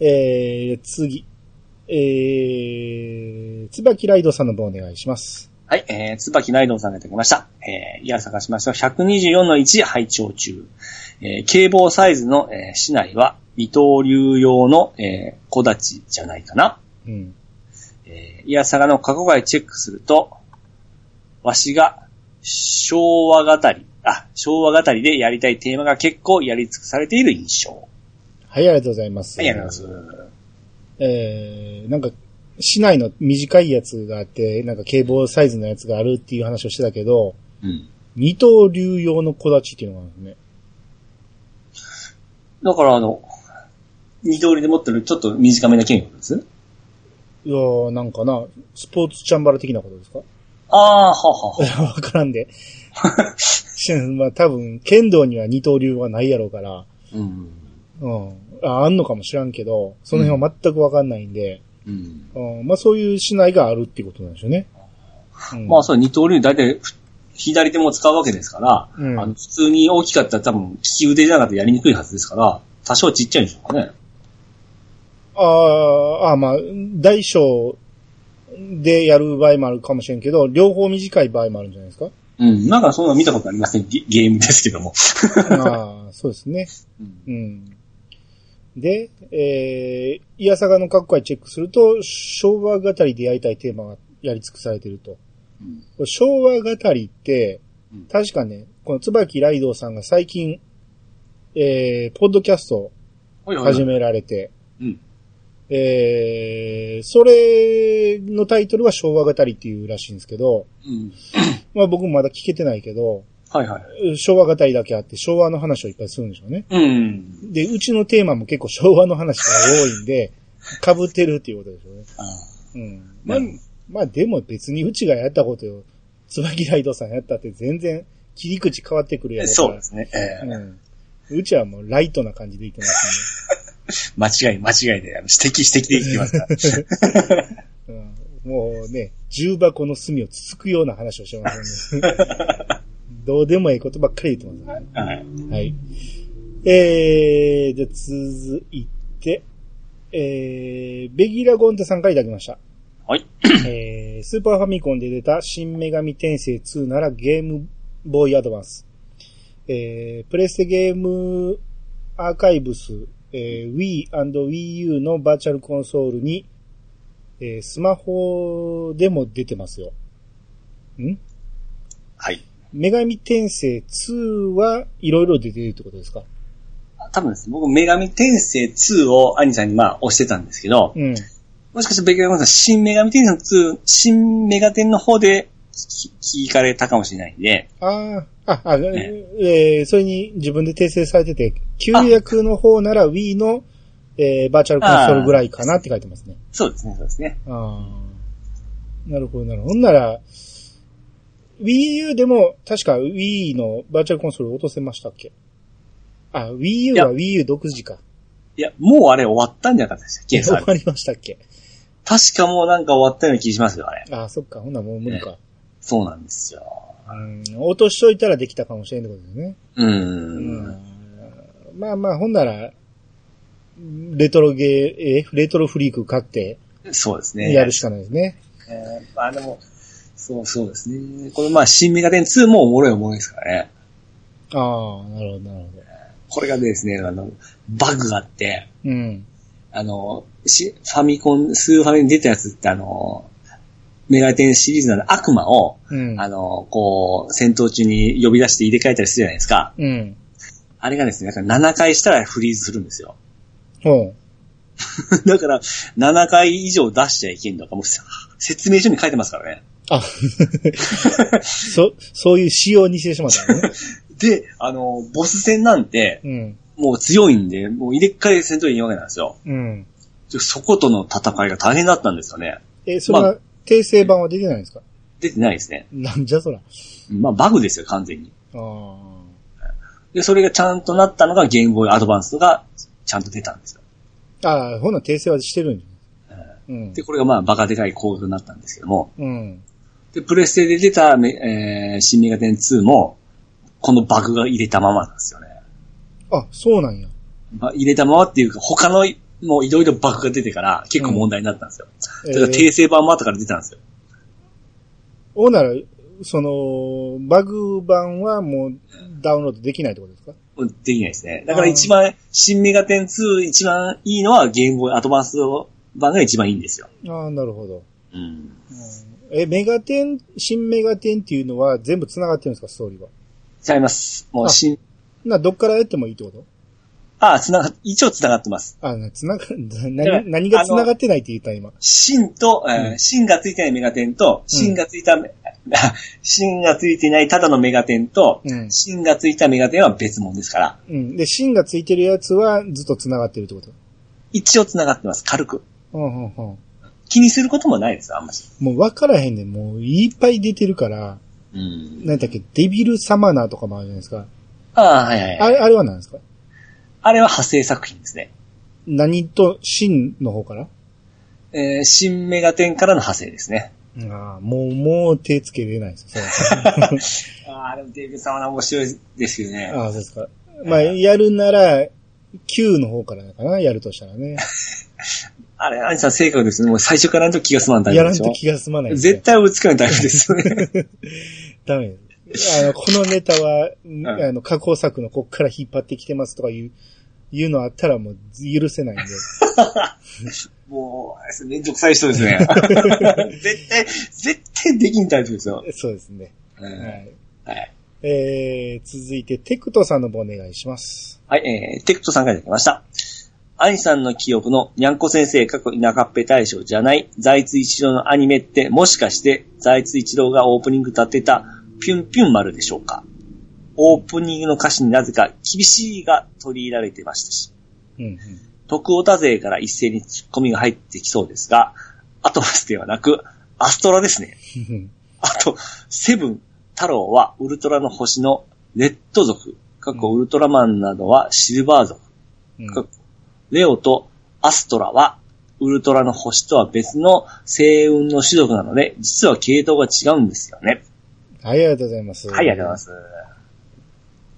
えー、次。えー、つばきライドさんの方お願いします。
はい、えー、つばきライドンさんがいただきました。えー、いや探しましょう。124の1拝聴中。えー、警棒サイズの、えー、市内は、二刀流用の、えー、小立ちじゃないかな。
うん。
えー、いやさがの過去外チェックすると、わしが昭和語り、あ、昭和語りでやりたいテーマが結構やり尽くされている印象。は
はい、ありがとうございます。
い、ありがとうございます。
えー、なんか、市内の短いやつがあって、なんか警棒サイズのやつがあるっていう話をしてたけど、
うん。
二刀流用の小立ちっていうのがあるんですね。
だからあの、二通りで持ってるちょっと短めな剣ことです
いやー、なんかな、スポーツチャンバラ的なことですか
ああ、はあはあ。
わからん で。しまあ多分、剣道には二刀流はないやろうから、
うん。
うん。ああんのかもしらんけど、その辺は全くわかんないんで、
うん。
うんまあそういう市内があるっていうことなんでしょうね。うん
まあそう、二刀流、だいたい左手も使うわけですから、
うん
あの普通に大きかったら多分、利き腕じゃなくてやりにくいはずですから、多少ちっちゃいんでしょうかね。
あーあー、まあ、大小でやる場合もあるかもしれんけど、両方短い場合もあるんじゃないです か
うん。なんかそんなの見たことありません、ゲゲームですけども。
ああ、そうですね。うん。で、えー、イヤサガの各界チェックすると、昭和語りでやりたいテーマがやり尽くされてると。
うん
これ昭和語りって
うん、
確かね、この椿ライドウさんが最近、えー、ポッドキャストを
はいはいはい
始められて、
うん
えー、それのタイトルは昭和語りっていうらしいんですけど、
うん。
まあ僕もまだ聞けてないけど、
はいはい。
昭和語りだけあって昭和の話をいっぱいするんでしょうね。
うん。
で、うちのテーマも結構昭和の話が多いん で、被ってるっていうことでしょうね。
あ
うん。まあ
うん、
まあでも別にうちがやったことよ、椿ライドさんやったって全然切り口変わってくるや
ー
ろ
そう
から
ですね。えー
うん。うちはもうライトな感じでいってます
間違い、間違いで、あの指摘、指摘で言ってますから。
ね。うん、もうね、重箱の隅をつつくような話をしてます ね。どうでもいいことばっかり言ってますね。
はい。
はい。えー、じゃあ続いて、えー、ベギラゴンタさんからいただきました。
はい。
えー、スーパーファミコンで出た新女神転生2ならゲームボーイアドバンス。えー、プレステゲームアーカイブス、えー、Wii&Wii U のバーチャルコンソールに、えー、スマホでも出てますよ。ん
はい。
女神転生2はいろいろ出てるってことですか
多分ですね、僕、女神転生2を兄さんにまあ押してたんですけど、
うん。
もしかしてベキラゴンさん、新女神転生2、新メガテンの方で聞き聞かれたかもしれないんで、
ああ、あ、あ、
ね
えーそれに自分で訂正されてて、旧約の方なら Wii の、えーバーチャルコンソールぐらいかなって書いてますね。
そうですね、そうですね。
ああ。なるほど、なるほど。ほんなら、Wii U でも、確か Wii のバーチャルコンソール落とせましたっけあ、Wii U は Wii U 独自か。
いや、もうあれ終わったんじゃなかったでしたっけ
終
あれ
わりましたっけ
確かもうなんか終わったような気しますよ、あれ。
ああ、そっか。ほんならもう無理か。
そうなんですよ。
うん、落としといたらできたかもしれんってことですね。
う。
うんんまあまあ、ほんなら、レトロゲー、え、レトロフリーク買って
そうですね。
やるしかないですね。
えーまあでも、そうそうですね。このまあ、新メガテン2もおもろいおもろいですからね。
ああ、なるほど、なるほど。
これがですね、あの、バグがあって、
うん。
あの、しファミコン、スーファミに出たやつってあの、メガテンシリーズの悪魔を、
うん。
あの、こう、戦闘中に呼び出して入れ替えたりするじゃないですか。
うん。
あれがですね、なんか7回したらフリーズするんですよ。
ほう。
だから、7回以上出しちゃいけんのか、もうせ説明書に書いてますからね。
あ、 そ、そういう仕様にしてしまったのね。
で、あの、ボス戦なんて、
うん。
もう強いんで、もう入れ替え戦闘員いいわけなんですよ。
うん。
ちょそことの戦いが大変だったんですよね。
え、それは、訂正版は出てないんですか
出てないですね。
なんじゃそら。あ
まあ、バグですよ、完全に。
あ。
で、それがちゃんとなったのがゲームボーイアドバンスがちゃんと出たんですよ。
ああ、ほんなら訂正はしてるんじゃないうん。
で、これがまあ、バカでかい構造になったんですけども。
うん。
で、プレステで出ため、えー、新メガテン2も、このバグが入れたままなんですよね。
あ、そうなんや。
まあ、入れたままっていうか、他の、もういろいろバグが出てから結構問題になったんですよ。だから
えー
訂正版も後から出たんですよ。
おなら、その、バグ版はもうダウンロードできないってことですか
もうできないですね。だから一番、新メガテン2一番いいのはゲームボーイアドバンス版が一番いいんですよ。
ああ、なるほど。
うん。
うんえ、メガテン、新メガテンっていうのは全部繋がってるんですか、ストーリーは。
ちゃいます。もう
あ
新、
な、どっからやってもいいってこと
あ、つなが、一応繋がってます。
あ、な繋が、
だから
何、何が繋がってないって言った今。
新と、えー
うん
新がついてないメガテンと、新がついた、新がついてないただのメガテンと、
うん
新がついたメガテンは別物ですから、
うん。で、芯がついてるやつはずっと繋がってるってこと。
一応繋がってます。軽く。
うんうんうん。
気にすることもないです、あんま
もう分からへんねん。もういっぱい出てるから、
り。うん。
なんだっけ、デビルサマナーとかもあるじゃないですか。
ああ、はいはいは
あ
い。
れ、あれは何ですか
あれは派生作品ですね。
何と芯の方から
えー新メガテンからの派生ですね。
ああ、もう、もう手つけれないです。そう
ああ、でもデイビッド様の面白いですよね。
ああ、そうですか。まあ、やるなら、Q の方からかな、やるとしたらね。
あれ、アニさん正確ですね。もう最初からやらんと気が済まんタイ
や
プ
ら
で
ん
し
と
ょ。
気が済まないですよ。
絶対追いつかないタイプですよね。
ダメです。あの、このネタは、ん
うん
あの、加工作のこっから引っ張ってきてますとかいう、いうのあったらもう許せないんで。
もう、めんどくさい人ですね。 絶対、絶対できんタイプですよ。
そうですね。はい。
はい。
えー、続いて、テクトさんの方お願いします。
はい、えー、テクトさんからいただきました。兄さんの記憶のにゃんこ先生過去田舎っぺ大賞じゃない財津一郎のアニメってもしかして財津一郎がオープニング立てたピュンピュン丸でしょうかオープニングの歌詞になぜか厳しいが取り入れられてましたし、
うん、うん。
徳オタ勢から一斉にツッコミが入ってきそうですが、アトムスではなくアストラですね。あと、セブン、太郎はウルトラの星のレッド族、過去ウルトラマンなどはシルバー族、
うん
過去レオとアストラはウルトラの星とは別の星雲の種族なので、実は系統が違うんですよね。
はい、ありがとうございます。。
はい、ありがとうございますす。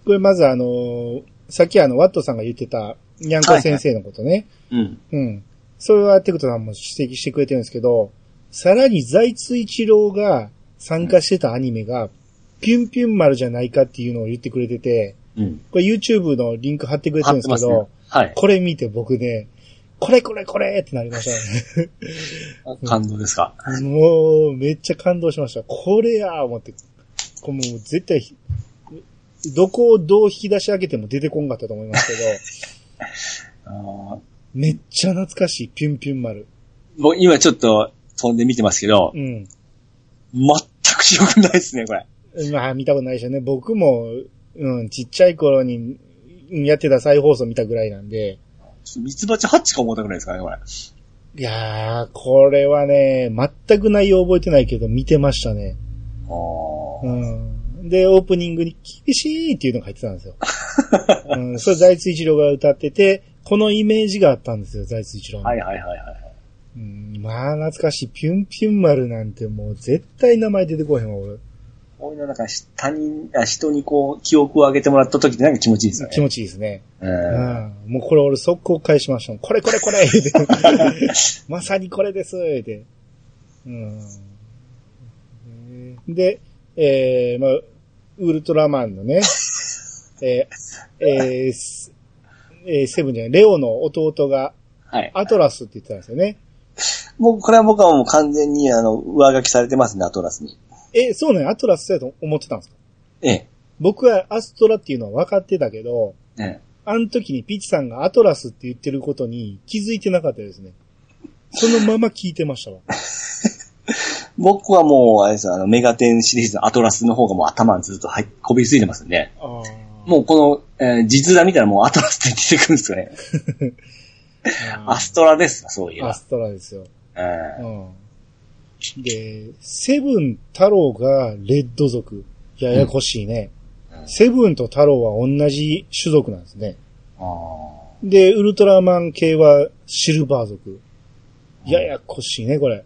これまずあのーさっきあの、ワットさんが言ってた、にゃんこ先生のことね。
うん。
うん。それはテクトさんも指摘してくれてるんですけど、さらに財津一郎が参加してたアニメが、ピュンピュン丸じゃないかっていうのを言ってくれてて、
うん。
これ YouTube のリンク貼ってくれてるんですけど、
はい。
これ見て僕ね、これこれこれってなりましたね。
感動ですか。
もう、めっちゃ感動しました。これやー思って。これもう絶対、どこをどう引き出し上げても出てこんかったと思いますけど、
あー
めっちゃ懐かしい、ピュンピュン丸。
僕、今ちょっと飛んで見てますけど、
うん。
全く記憶ないですね、これ。
まあ、見たことないでしょうね。僕も、うん、ちっちゃい頃に、うんやってた再放送見たぐらいなんで、
ちょっとミツバチハッチか思ったくないですかね、これ。
いやー、これはね、全く内容覚えてないけど、見てましたね。
あ
うん。で、オープニングに厳しいっていうのが入ってたん ですよ。うん、それ財津一郎が歌ってて、このイメージがあったんですよ、財津一郎
ー
の。
はいはいはいはい。
うん、まあ、懐かしい。ピュンピュン丸なんてもう絶対名前出てこへんわ、俺。
こういうのなんかし他人、あ人にこう、記憶を上げてもらった時ってなんか気持ちいいですよ
気
ね。
持ちいいですね。
う
うんん。もうこれ俺速攻返しましたもん。これこれこれ言うてまさにこれです言うて。うん。で、えー、まあ、ウルトラマンのね、えー、えーすえーセブンじゃない、レオの弟が
はい。
アトラスって言ってたんですよね。
もう、これは僕はもう完全に、あの、上書きされてますね、アトラスに。
え、そうね、アトラスだと思ってたんですか
ええ。
僕はアストラっていうのは分かってたけど、
ええ。
あの時にピッチさんがアトラスって言ってることに気づいてなかったですね。そのまま聞いてましたわ。
僕はもう、あれですよあの、メガテンシリーズのアトラスの方がもう頭にずっと入っこびりついてますんで、
ああ。
もうこの、えー、実弾見たらもうアトラスって出てくるんですよね。アストラですわ、そういえ
ア
ば。
ストラですよ。
うん
うん。で、セブン太郎がレッド族。ややこしいね。
うん
セブンと太郎は同じ種族なんですね。
あー
で、ウルトラマン系はシルバー族。ややこしいね、これ。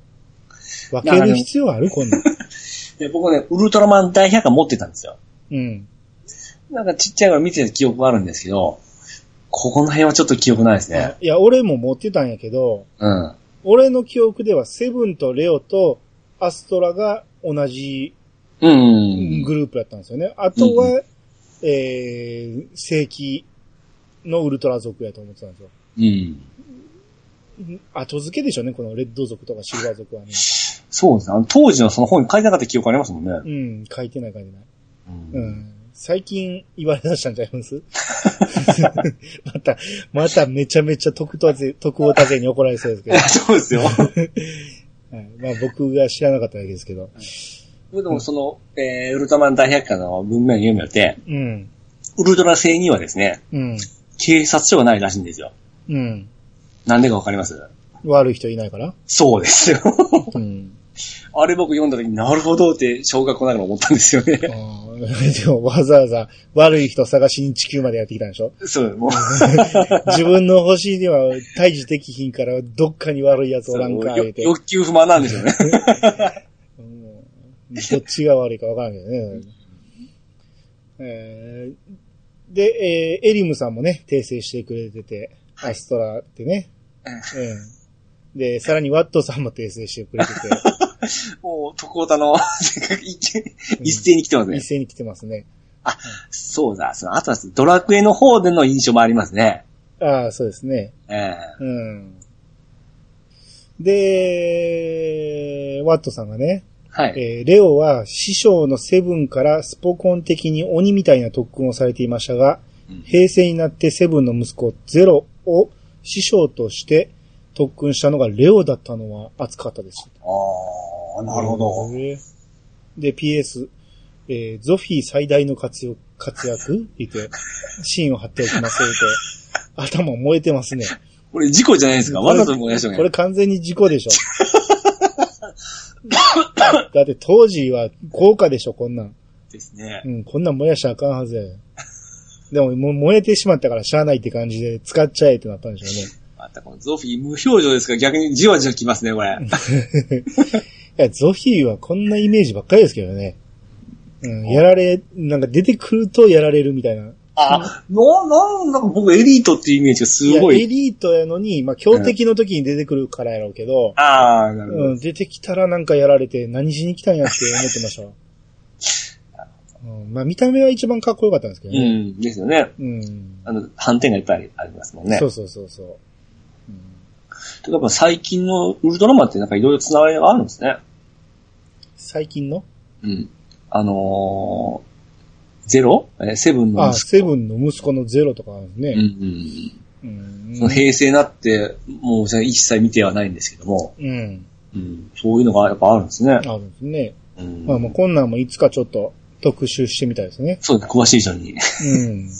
分ける必要あるこんなん。
で僕ね、ウルトラマン大百科持ってたんですよ。
うん。
なんかちっちゃい頃見てた記憶はあるんですけど、ここの辺はちょっと記憶ないですね。
いや、俺も持ってたんやけど、
うん。
俺の記憶ではセブンとレオとアストラが同じ
うんうん
グループだったんですよね。あとは、えー、正規のウルトラ族やと思ってたんですよ。
うん。うん。
後付けでしょうね、このレッド族とかシルバー族は ね。
そうですね。あの当時のその本に書いてなかった記憶ありますもんね。
うん、書いてない書いてない。
う
う。ん。最近言われだしたんちゃいます また、まためちゃめちゃ徳とぜ、徳をたぜに怒られそうですけ
いや そうですよ。
ど。はい、まあ僕が知らなかっただけですけど。
僕でもその、えー、ウルトラマン大百科の文面を読みよって、
うん。
ウルトラ星にはですね、
うん。
警察署がないらしいんですよ。
うん。
なんでかわかります
悪い人いないから
そうですよ。
うん。
あれ僕読んだ時、なるほどって小学校ながら思ったんですよね
あ。ーでもわざわざ悪い人探しに地球までやってきたんでしょ
そう、もう。
自分の星には退治できひんからどっかに悪い奴おらんか
そう
言うて。
欲求不満なんですよ ね。
うんどっちが悪いかわからんけどね。 えーで、えーエリムさんもね、訂正してくれてて、アストラってね、うん。で、さらにワットさんも訂正してくれて て、
も
もう、徳太の、 せっかく一一斉に来てます
一
ね。
斉に来てますね。
そうだ、その、あとはドラクエの方での印象もありますね。
ああ、そうですね。
ええ
うん。で、ワットさんがね、
はい。
えーレオは師匠のセブンからスポコン的に鬼みたいな特訓をされていましたが、
うん
平成になってセブンの息子ゼロを師匠として特訓したのがレオだったのは熱かったです。
ああ、なるほど。
へー。で、PS、えーゾフィー最大の活躍、活躍言って、シーンを貼っておきます言って、頭燃えてますね。
これ事故じゃないですかわざと燃やした
こ
ね。
れ完全に事故で しょ。だって当時は豪華でしょ、こんなん。
ですね。
うん、こんなん燃やしたらあかんはずや。でも、もう燃えてしまったからしゃあないって感じで使っちゃえってなったんでしょうね。
またこのゾフィー無表情ですから逆にじわじわきますね、これ。
いや、ゾフィーはこんなイメージばっかりですけどね。うん、やられ、なんか出てくるとやられるみたいな。
あ、な、なん、なんか僕エリートっていうイメージがすご
やエ
い。
リートやのに、まあ、強敵の時に出てくるからやろうけど、
ああ、なるほど。
うん、出てきたらなんかやられて何しに来たんやって思ってましたわ。うん、まあ、見た目は一番かっこよかったんですけど
う
ね。
ん、ですよね。
うん。
あの、反転がいっぱいありますもんね。
そうそうそうそう。うん
やっぱ最近のウルトラマンってなんかいろいろつながりがあるんですね。
最近の
うん。あのー、ゼロえーセブンの
あ、
息子。
セブンの息子のゼロとかなんです
うんう
ね。
ん。
うん
その平成になって、もうじゃあ一切見てはないんですけども、
うん。
うん、そういうのがやっぱあるんですね。
あるんですね。
うん
まあもうこんなんもいつかちょっと特集してみたいですね。
そうです詳しい人に。
うん。
うん